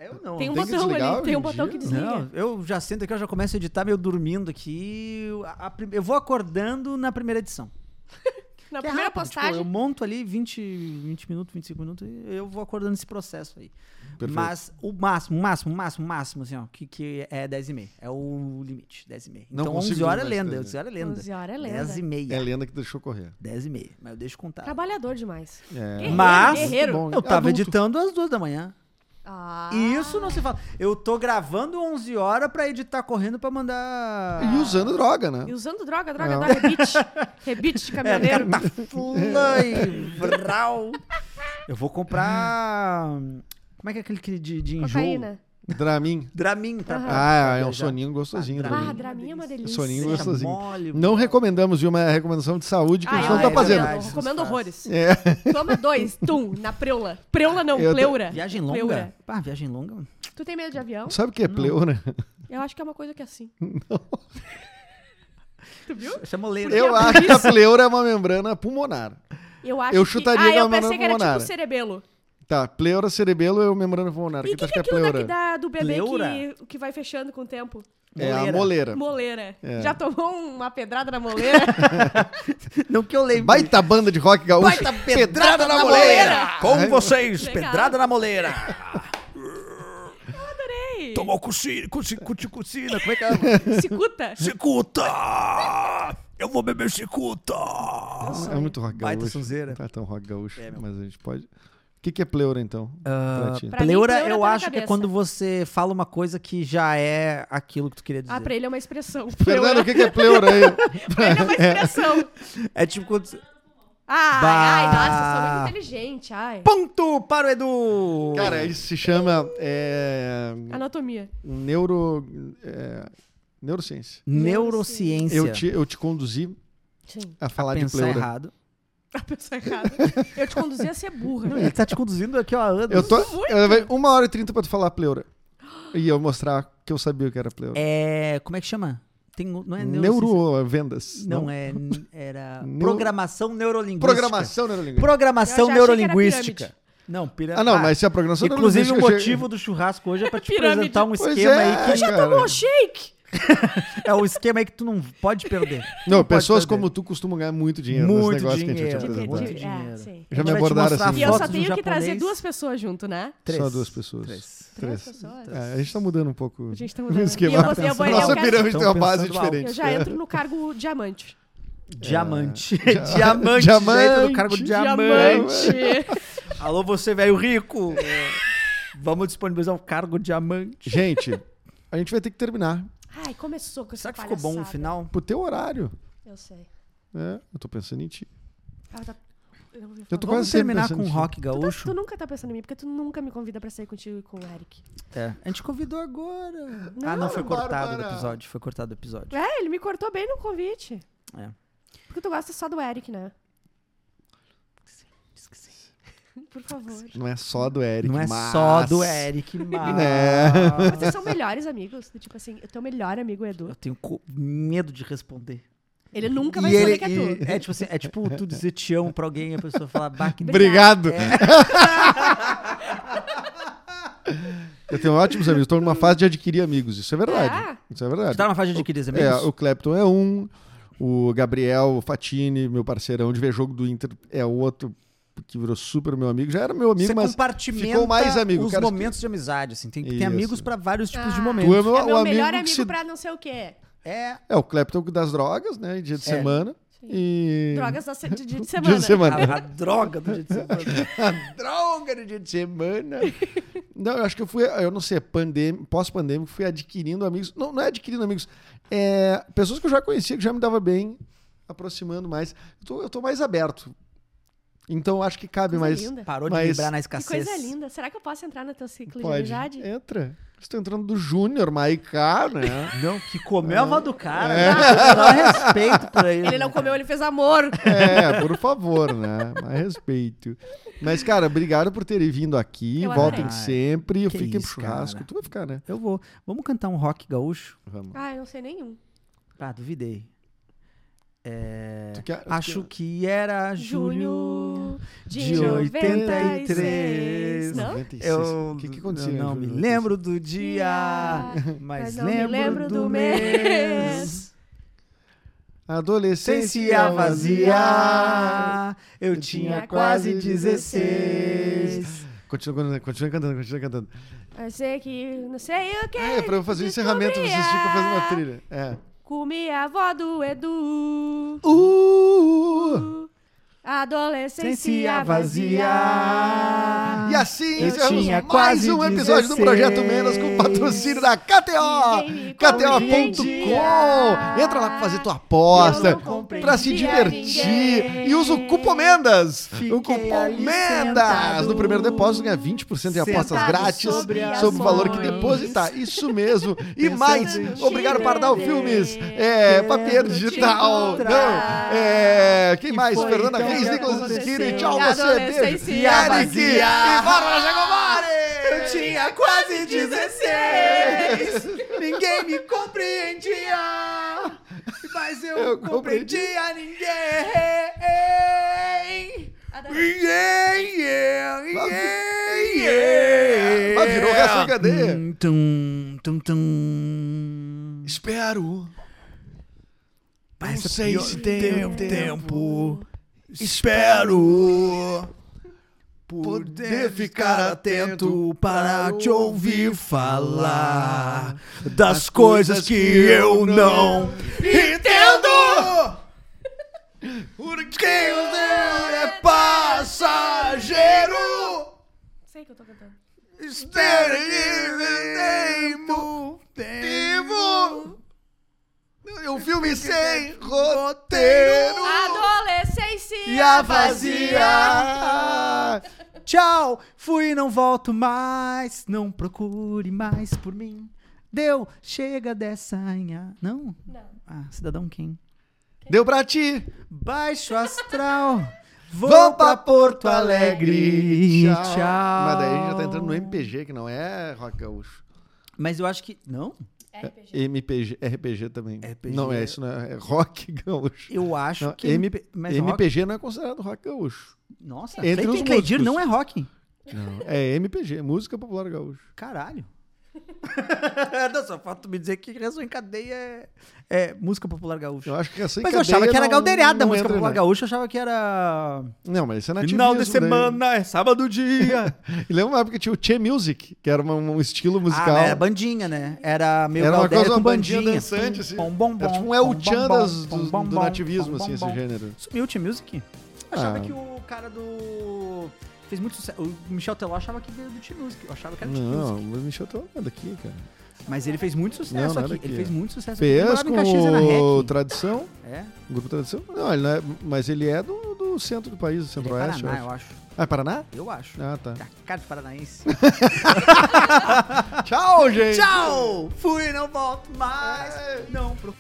Speaker 3: Eu não. né?
Speaker 4: Tem um
Speaker 2: Tem que
Speaker 4: botão
Speaker 2: desligar
Speaker 4: ali, tem um
Speaker 2: hoje em
Speaker 4: botão que
Speaker 2: dia?
Speaker 4: desliga.
Speaker 3: Não, eu já sento aqui, eu já começo a editar meio dormindo aqui. A- a prim- eu vou acordando na primeira edição.
Speaker 4: Na
Speaker 3: Que é
Speaker 4: primeira
Speaker 3: rápido, tipo,
Speaker 4: postagem.
Speaker 3: eu monto ali 20, 20 minutos, 25 minutos e eu vou acordando esse processo aí.
Speaker 2: Perfeito.
Speaker 3: Mas o máximo, o máximo, o máximo, o máximo, assim, ó, que, que é 10 e meia. É o limite, 10 e meia.
Speaker 2: Não
Speaker 3: Então
Speaker 2: consigo
Speaker 3: 11 horas é
Speaker 2: mais
Speaker 3: lenda,
Speaker 2: dez,
Speaker 3: 11 horas é lenda.
Speaker 4: 11 horas é
Speaker 3: 10 e
Speaker 4: lenda.
Speaker 3: meia.
Speaker 2: É a lenda que deixou correr.
Speaker 3: 10 e meia, mas eu deixo contar.
Speaker 4: Trabalhador demais.
Speaker 2: É.
Speaker 4: Guerreiro,
Speaker 3: Mas-
Speaker 4: guerreiro.
Speaker 2: Muito bom.
Speaker 3: Eu tava
Speaker 2: Adulto.
Speaker 3: editando às 2 da manhã.
Speaker 4: Ah.
Speaker 3: Isso não se fala. Eu tô gravando 11 horas pra editar correndo pra mandar...
Speaker 2: E usando droga, né?
Speaker 4: E usando droga, droga,
Speaker 2: Não.
Speaker 4: dá rebite. Rebite de
Speaker 3: É, cara,
Speaker 4: caminhoneiro.
Speaker 3: tá flã e vral. Eu vou comprar... Como é que é aquele que de, de enjoo?
Speaker 4: Cocaína.
Speaker 2: Dramin.
Speaker 3: Dramin, tá?
Speaker 2: Ah, é um
Speaker 3: Já-
Speaker 2: soninho gostosinho.
Speaker 3: Ah,
Speaker 4: Ah,
Speaker 2: Dramin.
Speaker 4: Dramin é uma delícia.
Speaker 2: Soninho
Speaker 3: Deixa
Speaker 2: gostosinho.
Speaker 3: mole,
Speaker 2: Não
Speaker 3: mano.
Speaker 2: recomendamos, viu? Uma recomendação de saúde que a
Speaker 4: Ah,
Speaker 2: gente
Speaker 4: eu
Speaker 2: não tá
Speaker 3: é
Speaker 2: fazendo.
Speaker 4: recomendo,
Speaker 3: fazendo.
Speaker 4: Recomendo horrores.
Speaker 2: É.
Speaker 4: Toma dois, tum, na preula. Preula não,
Speaker 2: Eu tô-
Speaker 4: pleura.
Speaker 3: É. Viagem longa?
Speaker 4: Pleura.
Speaker 3: Pá, viagem longa.
Speaker 4: Tu tem medo de avião?
Speaker 2: Sabe o que é pleura?
Speaker 4: Eu acho que é uma coisa que é assim. Tu viu?
Speaker 3: Isso é moleiro.
Speaker 4: Porque
Speaker 2: Eu
Speaker 4: é
Speaker 2: acho que a pleura é uma membrana pulmonar.
Speaker 4: Eu acho
Speaker 2: Eu
Speaker 4: que...
Speaker 2: chutaria
Speaker 4: Ah,
Speaker 2: que é
Speaker 4: eu
Speaker 2: uma
Speaker 4: pensei que era tipo
Speaker 2: monara.
Speaker 4: cerebelo.
Speaker 2: Tá, pleura, cerebelo é o membrana pulmonar.
Speaker 4: E
Speaker 2: Quem
Speaker 4: o que,
Speaker 2: acha
Speaker 4: que é
Speaker 2: que é
Speaker 4: aquilo daqui
Speaker 2: pleura?
Speaker 4: da, do bebê que,
Speaker 3: Pleura?
Speaker 4: que vai fechando com o tempo?
Speaker 2: É a moleira.
Speaker 3: Moleira.
Speaker 4: Moleira.
Speaker 2: É.
Speaker 4: Já tomou uma pedrada na moleira?
Speaker 3: Não que eu lembre.
Speaker 2: Baita banda de rock gaúcho.
Speaker 3: Baita pedrada na
Speaker 4: moleira!
Speaker 3: moleira! Com vocês,
Speaker 4: Legal.
Speaker 3: pedrada na moleira!
Speaker 4: Adorei.
Speaker 3: Tomou cucina, cucina, cucina, como é que é?
Speaker 4: Cicuta.
Speaker 3: Cicuta! Eu vou beber cicuta!
Speaker 2: É muito rock
Speaker 3: Baita
Speaker 2: gaúcho.
Speaker 3: sonzeira.
Speaker 2: Não tá tão rock gaúcho, mas a gente pode... O que que é pleura, então?
Speaker 3: Ah,
Speaker 2: pra ti?
Speaker 4: pra- mim,
Speaker 3: pleura,
Speaker 4: pleura tá
Speaker 3: eu
Speaker 4: na
Speaker 3: acho que é
Speaker 4: cabeça.
Speaker 3: quando você fala uma coisa que já é aquilo que tu queria dizer.
Speaker 4: Ah, pra ele é uma expressão.
Speaker 2: Fernando,
Speaker 4: Pleura.
Speaker 2: o que que é pleura aí?
Speaker 4: Pra ele é uma expressão.
Speaker 3: É tipo quando.
Speaker 4: Ai,
Speaker 3: Bah.
Speaker 4: ai, nossa, eu sou muito inteligente, ai.
Speaker 3: Ponto para o Edu!
Speaker 2: Cara, isso se chama... é,
Speaker 4: Anatomia.
Speaker 2: Neuro... é, Neurociência.
Speaker 3: Neurociência.
Speaker 2: Eu te, eu te conduzi
Speaker 4: Sim,
Speaker 2: a falar de
Speaker 3: Pensar
Speaker 2: pleura.
Speaker 3: errado.
Speaker 4: a pessoa errada. Eu te conduzi a ser burra.
Speaker 3: Não, ele tá te conduzindo aqui, ó, há anos.
Speaker 2: Eu tô.
Speaker 4: Muito.
Speaker 2: eu levei uma hora e trinta pra tu falar pleura. E eu mostrar que eu sabia o que era pleura.
Speaker 3: É. Como é que chama? tem, o- não é neurociência.
Speaker 2: Neurovendas.
Speaker 3: Não, é. n- Era.
Speaker 2: Neuro-
Speaker 3: Programação neurolinguística.
Speaker 2: Programação neurolinguística.
Speaker 3: Programação
Speaker 4: Eu já achei que era
Speaker 3: neurolinguística. Não, pirâmide.
Speaker 2: Ah, não, mas se a programação
Speaker 3: Inclusive, o
Speaker 2: neurolinguística chega-
Speaker 3: motivo do churrasco hoje é pra te
Speaker 4: Pirâmide.
Speaker 3: apresentar um
Speaker 2: Pois
Speaker 3: esquema
Speaker 2: é,
Speaker 3: aí
Speaker 4: Já
Speaker 2: cara.
Speaker 4: tomou um shake?
Speaker 3: que. É o esquema aí que tu não pode perder.
Speaker 2: Não,
Speaker 3: pode
Speaker 2: pessoas
Speaker 3: perder.
Speaker 2: como tu costumam ganhar muito dinheiro
Speaker 3: Muito
Speaker 2: nesse negócio que a gente vai te
Speaker 3: dinheiro.
Speaker 4: Entendi.
Speaker 2: apresentar.
Speaker 3: Muito
Speaker 4: É,
Speaker 3: dinheiro.
Speaker 2: Já
Speaker 3: A
Speaker 4: sim.
Speaker 3: gente
Speaker 2: me
Speaker 3: vai te
Speaker 2: abordaram
Speaker 3: mostrar
Speaker 2: assim.
Speaker 4: E eu só
Speaker 3: fotos de um
Speaker 4: tenho que trazer
Speaker 3: japonês.
Speaker 4: duas pessoas junto, né?
Speaker 2: Só duas pessoas.
Speaker 3: Três.
Speaker 4: Três,
Speaker 2: Três.
Speaker 4: pessoas.
Speaker 2: É, a gente tá mudando um pouco
Speaker 4: A gente tá
Speaker 2: o
Speaker 4: mudando.
Speaker 2: esquema.
Speaker 4: E eu vou- eu vou- eu
Speaker 2: Nossa
Speaker 4: quero-
Speaker 2: pirâmide tem uma
Speaker 3: Estão
Speaker 2: base
Speaker 3: pensando alto.
Speaker 2: diferente.
Speaker 4: Eu já entro no cargo diamante.
Speaker 2: É.
Speaker 3: Diamante. Diamante. Já entra no cargo de diamante. Alô, você, velho rico. É. Vamos disponibilizar um cargo diamante.
Speaker 2: Gente, a gente vai ter que terminar.
Speaker 4: Ai, começou com essa
Speaker 3: Será que ficou bom o
Speaker 4: palhaçada.
Speaker 3: final?
Speaker 2: Pro teu horário.
Speaker 4: Eu sei.
Speaker 2: É, eu tô pensando em ti.
Speaker 4: Ah, tá- Eu, ia
Speaker 2: Eu
Speaker 4: falar.
Speaker 2: tô
Speaker 3: Vamos
Speaker 2: quase sempre
Speaker 3: terminar
Speaker 2: pensando
Speaker 3: com
Speaker 2: em ti.
Speaker 3: rock
Speaker 4: Tu, tá- tu
Speaker 3: gaúcho.
Speaker 4: nunca tá pensando em mim, porque tu nunca me convida pra sair contigo e com o Eric.
Speaker 3: É. A gente convidou agora. ah, não, foi
Speaker 2: Bárbara.
Speaker 3: cortado do episódio. Foi cortado do episódio.
Speaker 4: É, ele me cortou bem no convite.
Speaker 3: É.
Speaker 4: Porque tu gosta só do Eric, né? Por favor.
Speaker 2: Não é só do Eric,
Speaker 3: não é
Speaker 2: mas-
Speaker 3: só do Eric, mas.
Speaker 2: Né?
Speaker 4: Vocês são melhores amigos. do Tipo assim, o teu melhor amigo é o
Speaker 3: Eu
Speaker 4: Edu.
Speaker 3: tenho co- medo de responder.
Speaker 4: Ele nunca
Speaker 3: E
Speaker 4: vai
Speaker 3: ele-
Speaker 4: saber que é
Speaker 3: e-
Speaker 4: tu.
Speaker 3: é tipo assim, é tipo tu dizer te amo pra alguém e a pessoa falar, bah, que
Speaker 2: Obrigado. É. eu tenho ótimos amigos. Estou numa fase de adquirir amigos. Isso é verdade.
Speaker 4: Ah.
Speaker 2: Isso é verdade.
Speaker 3: Tu tá na fase de adquirir os amigos?
Speaker 2: É, o Clapton é um, o Gabriel Fatini, meu parceirão de ver jogo do Inter, é outro que virou super meu amigo. Já era meu amigo,
Speaker 3: Você
Speaker 2: mas
Speaker 3: compartimenta
Speaker 2: ficou mais amigo.
Speaker 3: os
Speaker 2: Cara,
Speaker 3: momentos de amizade, assim. Tem, tem
Speaker 2: Isso.
Speaker 3: amigos pra vários tipos de
Speaker 4: Ah.
Speaker 2: tu é
Speaker 3: momentos.
Speaker 2: meu,
Speaker 4: É meu
Speaker 2: o
Speaker 4: melhor
Speaker 2: amigo
Speaker 4: amigo
Speaker 2: que se-
Speaker 4: pra não sei o quê.
Speaker 3: É,
Speaker 2: É, o Clapton das drogas, né? Dia de
Speaker 3: É.
Speaker 2: semana. E...
Speaker 4: Drogas da se- de, dia de
Speaker 2: Dia
Speaker 4: semana.
Speaker 2: de semana.
Speaker 3: a, a droga do jeito que você tá falou.
Speaker 2: droga no dia de semana. Não, eu acho que eu fui, eu não sei, pandem- pós-pandêmico, fui adquirindo amigos. Não, não é adquirindo amigos, é pessoas que eu já conhecia, que já me dava bem, aproximando mais. Eu tô, eu tô mais aberto. Então eu acho que cabe
Speaker 4: Coisa
Speaker 2: mais.
Speaker 4: linda.
Speaker 3: Parou de
Speaker 2: Mas-
Speaker 3: vibrar na
Speaker 4: Que
Speaker 3: escassez.
Speaker 4: coisa linda. Será que eu posso entrar no teu ciclo de
Speaker 2: Pode. É.
Speaker 4: amizade?
Speaker 2: Entra. Estou entrando do Júnior, Maiká, né?
Speaker 3: Não, que comeu a
Speaker 2: É.
Speaker 3: avó do cara. né? Dá um respeito por ele.
Speaker 4: Ele não comeu, ele fez amor.
Speaker 2: É, por favor, né? Mais respeito. Mas, cara, obrigado por terem vindo aqui.
Speaker 4: Eu
Speaker 2: Voltem
Speaker 3: adorei.
Speaker 2: sempre.
Speaker 3: Que
Speaker 2: Fiquem pro
Speaker 3: isso,
Speaker 2: churrasco.
Speaker 3: cara.
Speaker 2: Tu vai ficar, né?
Speaker 3: Eu vou. Vamos cantar um rock gaúcho?
Speaker 2: Vamos.
Speaker 4: Ah, eu não sei nenhum.
Speaker 3: Ah, duvidei.
Speaker 4: É.
Speaker 2: Tu quer- tu
Speaker 3: Acho que era Júlio.
Speaker 4: Junho de,
Speaker 3: de 93.
Speaker 4: 93. Não?
Speaker 2: 96.
Speaker 3: Eu
Speaker 2: o que, que acontecia?
Speaker 3: eu não
Speaker 2: Júlio?
Speaker 3: me lembro do dia, mas, lembro, do, mês. Sem se
Speaker 2: Adolescência vazia.
Speaker 3: avazia, eu tinha quase 16.
Speaker 2: Continua, cantando, continua cantando, continua cantando.
Speaker 4: Eu sei que não sei o que.
Speaker 2: Ah, é pra eu fazer o
Speaker 4: descobri
Speaker 2: encerramento, vocês ficam fazendo uma
Speaker 4: a-
Speaker 2: trilha. É.
Speaker 4: Comi a avó do Edu.
Speaker 2: Uh!
Speaker 4: Adolescência
Speaker 3: Sem se avazia.
Speaker 4: vazia.
Speaker 2: E assim
Speaker 3: Eu
Speaker 2: encerramos
Speaker 3: tinha
Speaker 2: mais
Speaker 3: quase
Speaker 2: um episódio do Projeto
Speaker 3: 16.
Speaker 2: Menos com patrocínio da
Speaker 4: Ninguém me
Speaker 2: KTO! KTO.com!
Speaker 4: compreendia.
Speaker 2: Entra lá pra fazer tua aposta,
Speaker 4: Eu não
Speaker 2: pra se
Speaker 4: compreendia
Speaker 2: divertir
Speaker 4: ninguém.
Speaker 2: e usa o cupom MENDAS! o
Speaker 3: Fiquei
Speaker 2: cupom
Speaker 3: ali
Speaker 2: MENDAS!
Speaker 3: sentado,
Speaker 2: No primeiro depósito ganha 20% de apostas
Speaker 4: sentado
Speaker 2: grátis
Speaker 4: sobre
Speaker 2: sobre,
Speaker 4: as
Speaker 2: o valor que
Speaker 4: mães.
Speaker 2: depositar. Isso mesmo! E
Speaker 3: Pensando
Speaker 2: mais,
Speaker 3: em te
Speaker 2: obrigado Pardal
Speaker 4: perder,
Speaker 2: Filmes, é, Papier
Speaker 3: querendo te
Speaker 2: Digital,
Speaker 3: encontrar.
Speaker 2: não, é, quem mais?
Speaker 3: foi
Speaker 2: Fernanda
Speaker 3: então
Speaker 2: Reis,
Speaker 3: que
Speaker 2: Nicolas
Speaker 3: aconteceu.
Speaker 2: Esquire, tchau você, beijo!
Speaker 4: Adolescência
Speaker 2: E Eric! E
Speaker 3: vazia.
Speaker 2: Bárbara Jacomari!
Speaker 3: Eu tinha quase 16, ninguém me compreendia, mas eu,
Speaker 2: Eu compreendi.
Speaker 3: compreendia ninguém. Yeah, yeah, yeah,
Speaker 2: Mas Ah, virou resto em cadeia.
Speaker 3: Tum, Hum, tum, tum, tum.
Speaker 2: Espero.
Speaker 3: Parece
Speaker 2: não sei
Speaker 3: pior-
Speaker 2: se tem
Speaker 3: tem
Speaker 2: um
Speaker 3: tempo. Espero poder ficar atento para te ouvir falar das coisas que eu não entendo. Porque o Deus é passageiro.
Speaker 4: Sei que eu tô cantando.
Speaker 2: Tempo. Vivo. Um filme sem roteiro.
Speaker 4: Adolescência
Speaker 3: E a vazia. Tchau, fui e não volto mais. Não procure mais por mim. Deu, chega dessa nha. Não?
Speaker 4: Não.
Speaker 3: Ah, cidadão quem?
Speaker 2: Deu pra ti.
Speaker 3: Baixo astral. Vou,
Speaker 2: Vou
Speaker 3: pra
Speaker 2: pra
Speaker 3: Porto Alegre. Tchau.
Speaker 2: tá Mas daí a gente já tá entrando no MPG, que não é rock gaúcho.
Speaker 3: Mas eu acho que. Não?
Speaker 4: RPG.
Speaker 2: MPG, RPG também.
Speaker 3: RPG.
Speaker 2: Não é isso, não é, é rock gaúcho.
Speaker 3: Eu acho
Speaker 2: Não,
Speaker 3: que.
Speaker 2: MP
Speaker 3: mas rock-
Speaker 2: MPG não é considerado rock gaúcho.
Speaker 3: Nossa,
Speaker 2: entre
Speaker 3: Frank
Speaker 2: os
Speaker 3: Cledir
Speaker 2: músicos.
Speaker 3: não é rock.
Speaker 2: É MPG, música popular gaúcho.
Speaker 3: Caralho. não, só falta me dizer que Reação em Cadeia é, é música popular gaúcha.
Speaker 2: Eu acho que essa em
Speaker 3: Mas eu
Speaker 2: cadeia
Speaker 3: achava que era
Speaker 2: não-
Speaker 3: galderiada a
Speaker 2: não
Speaker 3: música
Speaker 2: entra,
Speaker 3: popular
Speaker 2: né?
Speaker 3: gaúcha, eu achava que era.
Speaker 2: Não, mas isso é nativismo.
Speaker 3: Final de
Speaker 2: daí.
Speaker 3: semana, é sábado dia.
Speaker 2: E lembra uma época que tinha o Che Music, que era uma- um estilo musical.
Speaker 3: Ah, mas era bandinha, né? Era meio
Speaker 2: Era uma
Speaker 3: Galdério
Speaker 2: coisa,
Speaker 3: com
Speaker 2: uma bandinha
Speaker 3: bandinha.
Speaker 2: dançante, assim.
Speaker 3: Pom, bom, bom,
Speaker 2: Era tipo um
Speaker 3: pom,
Speaker 2: El
Speaker 3: bom,
Speaker 2: Chan
Speaker 3: bom,
Speaker 2: das-
Speaker 3: pom,
Speaker 2: do,
Speaker 3: bom,
Speaker 2: do
Speaker 3: bom,
Speaker 2: nativismo,
Speaker 3: pom,
Speaker 2: assim,
Speaker 3: bom,
Speaker 2: esse
Speaker 3: bom.
Speaker 2: gênero.
Speaker 3: Sumiu o Music? Achava
Speaker 2: Ah.
Speaker 3: que o cara do... Fez muito sucesso. O Michel Teló achava que veio do T-Music. Eu achava que era do
Speaker 2: Não,
Speaker 3: T-Music.
Speaker 2: mas me chutou nada aqui, cara.
Speaker 3: Mas ele fez muito sucesso
Speaker 2: Não, nada
Speaker 3: aqui.
Speaker 2: aqui,
Speaker 3: Ele
Speaker 2: é.
Speaker 3: fez muito sucesso aqui. Ele
Speaker 2: Fez
Speaker 3: morava em Caxias, é na
Speaker 2: com o
Speaker 3: REC.
Speaker 2: Tradição,
Speaker 3: É,
Speaker 2: o grupo Tradição. Não, ele não é, mas ele é do, do centro do país, do
Speaker 3: ele é
Speaker 2: centro-oeste.
Speaker 3: Paraná,
Speaker 2: eu
Speaker 3: eu acho.
Speaker 2: acho. Ah, é Paraná?
Speaker 3: Eu acho.
Speaker 2: Ah, tá.
Speaker 3: Tá cara de paranaense.
Speaker 2: Tchau, gente!
Speaker 3: Tá.
Speaker 2: É.
Speaker 3: Tchau! Fui, não volto mais. Não, pro...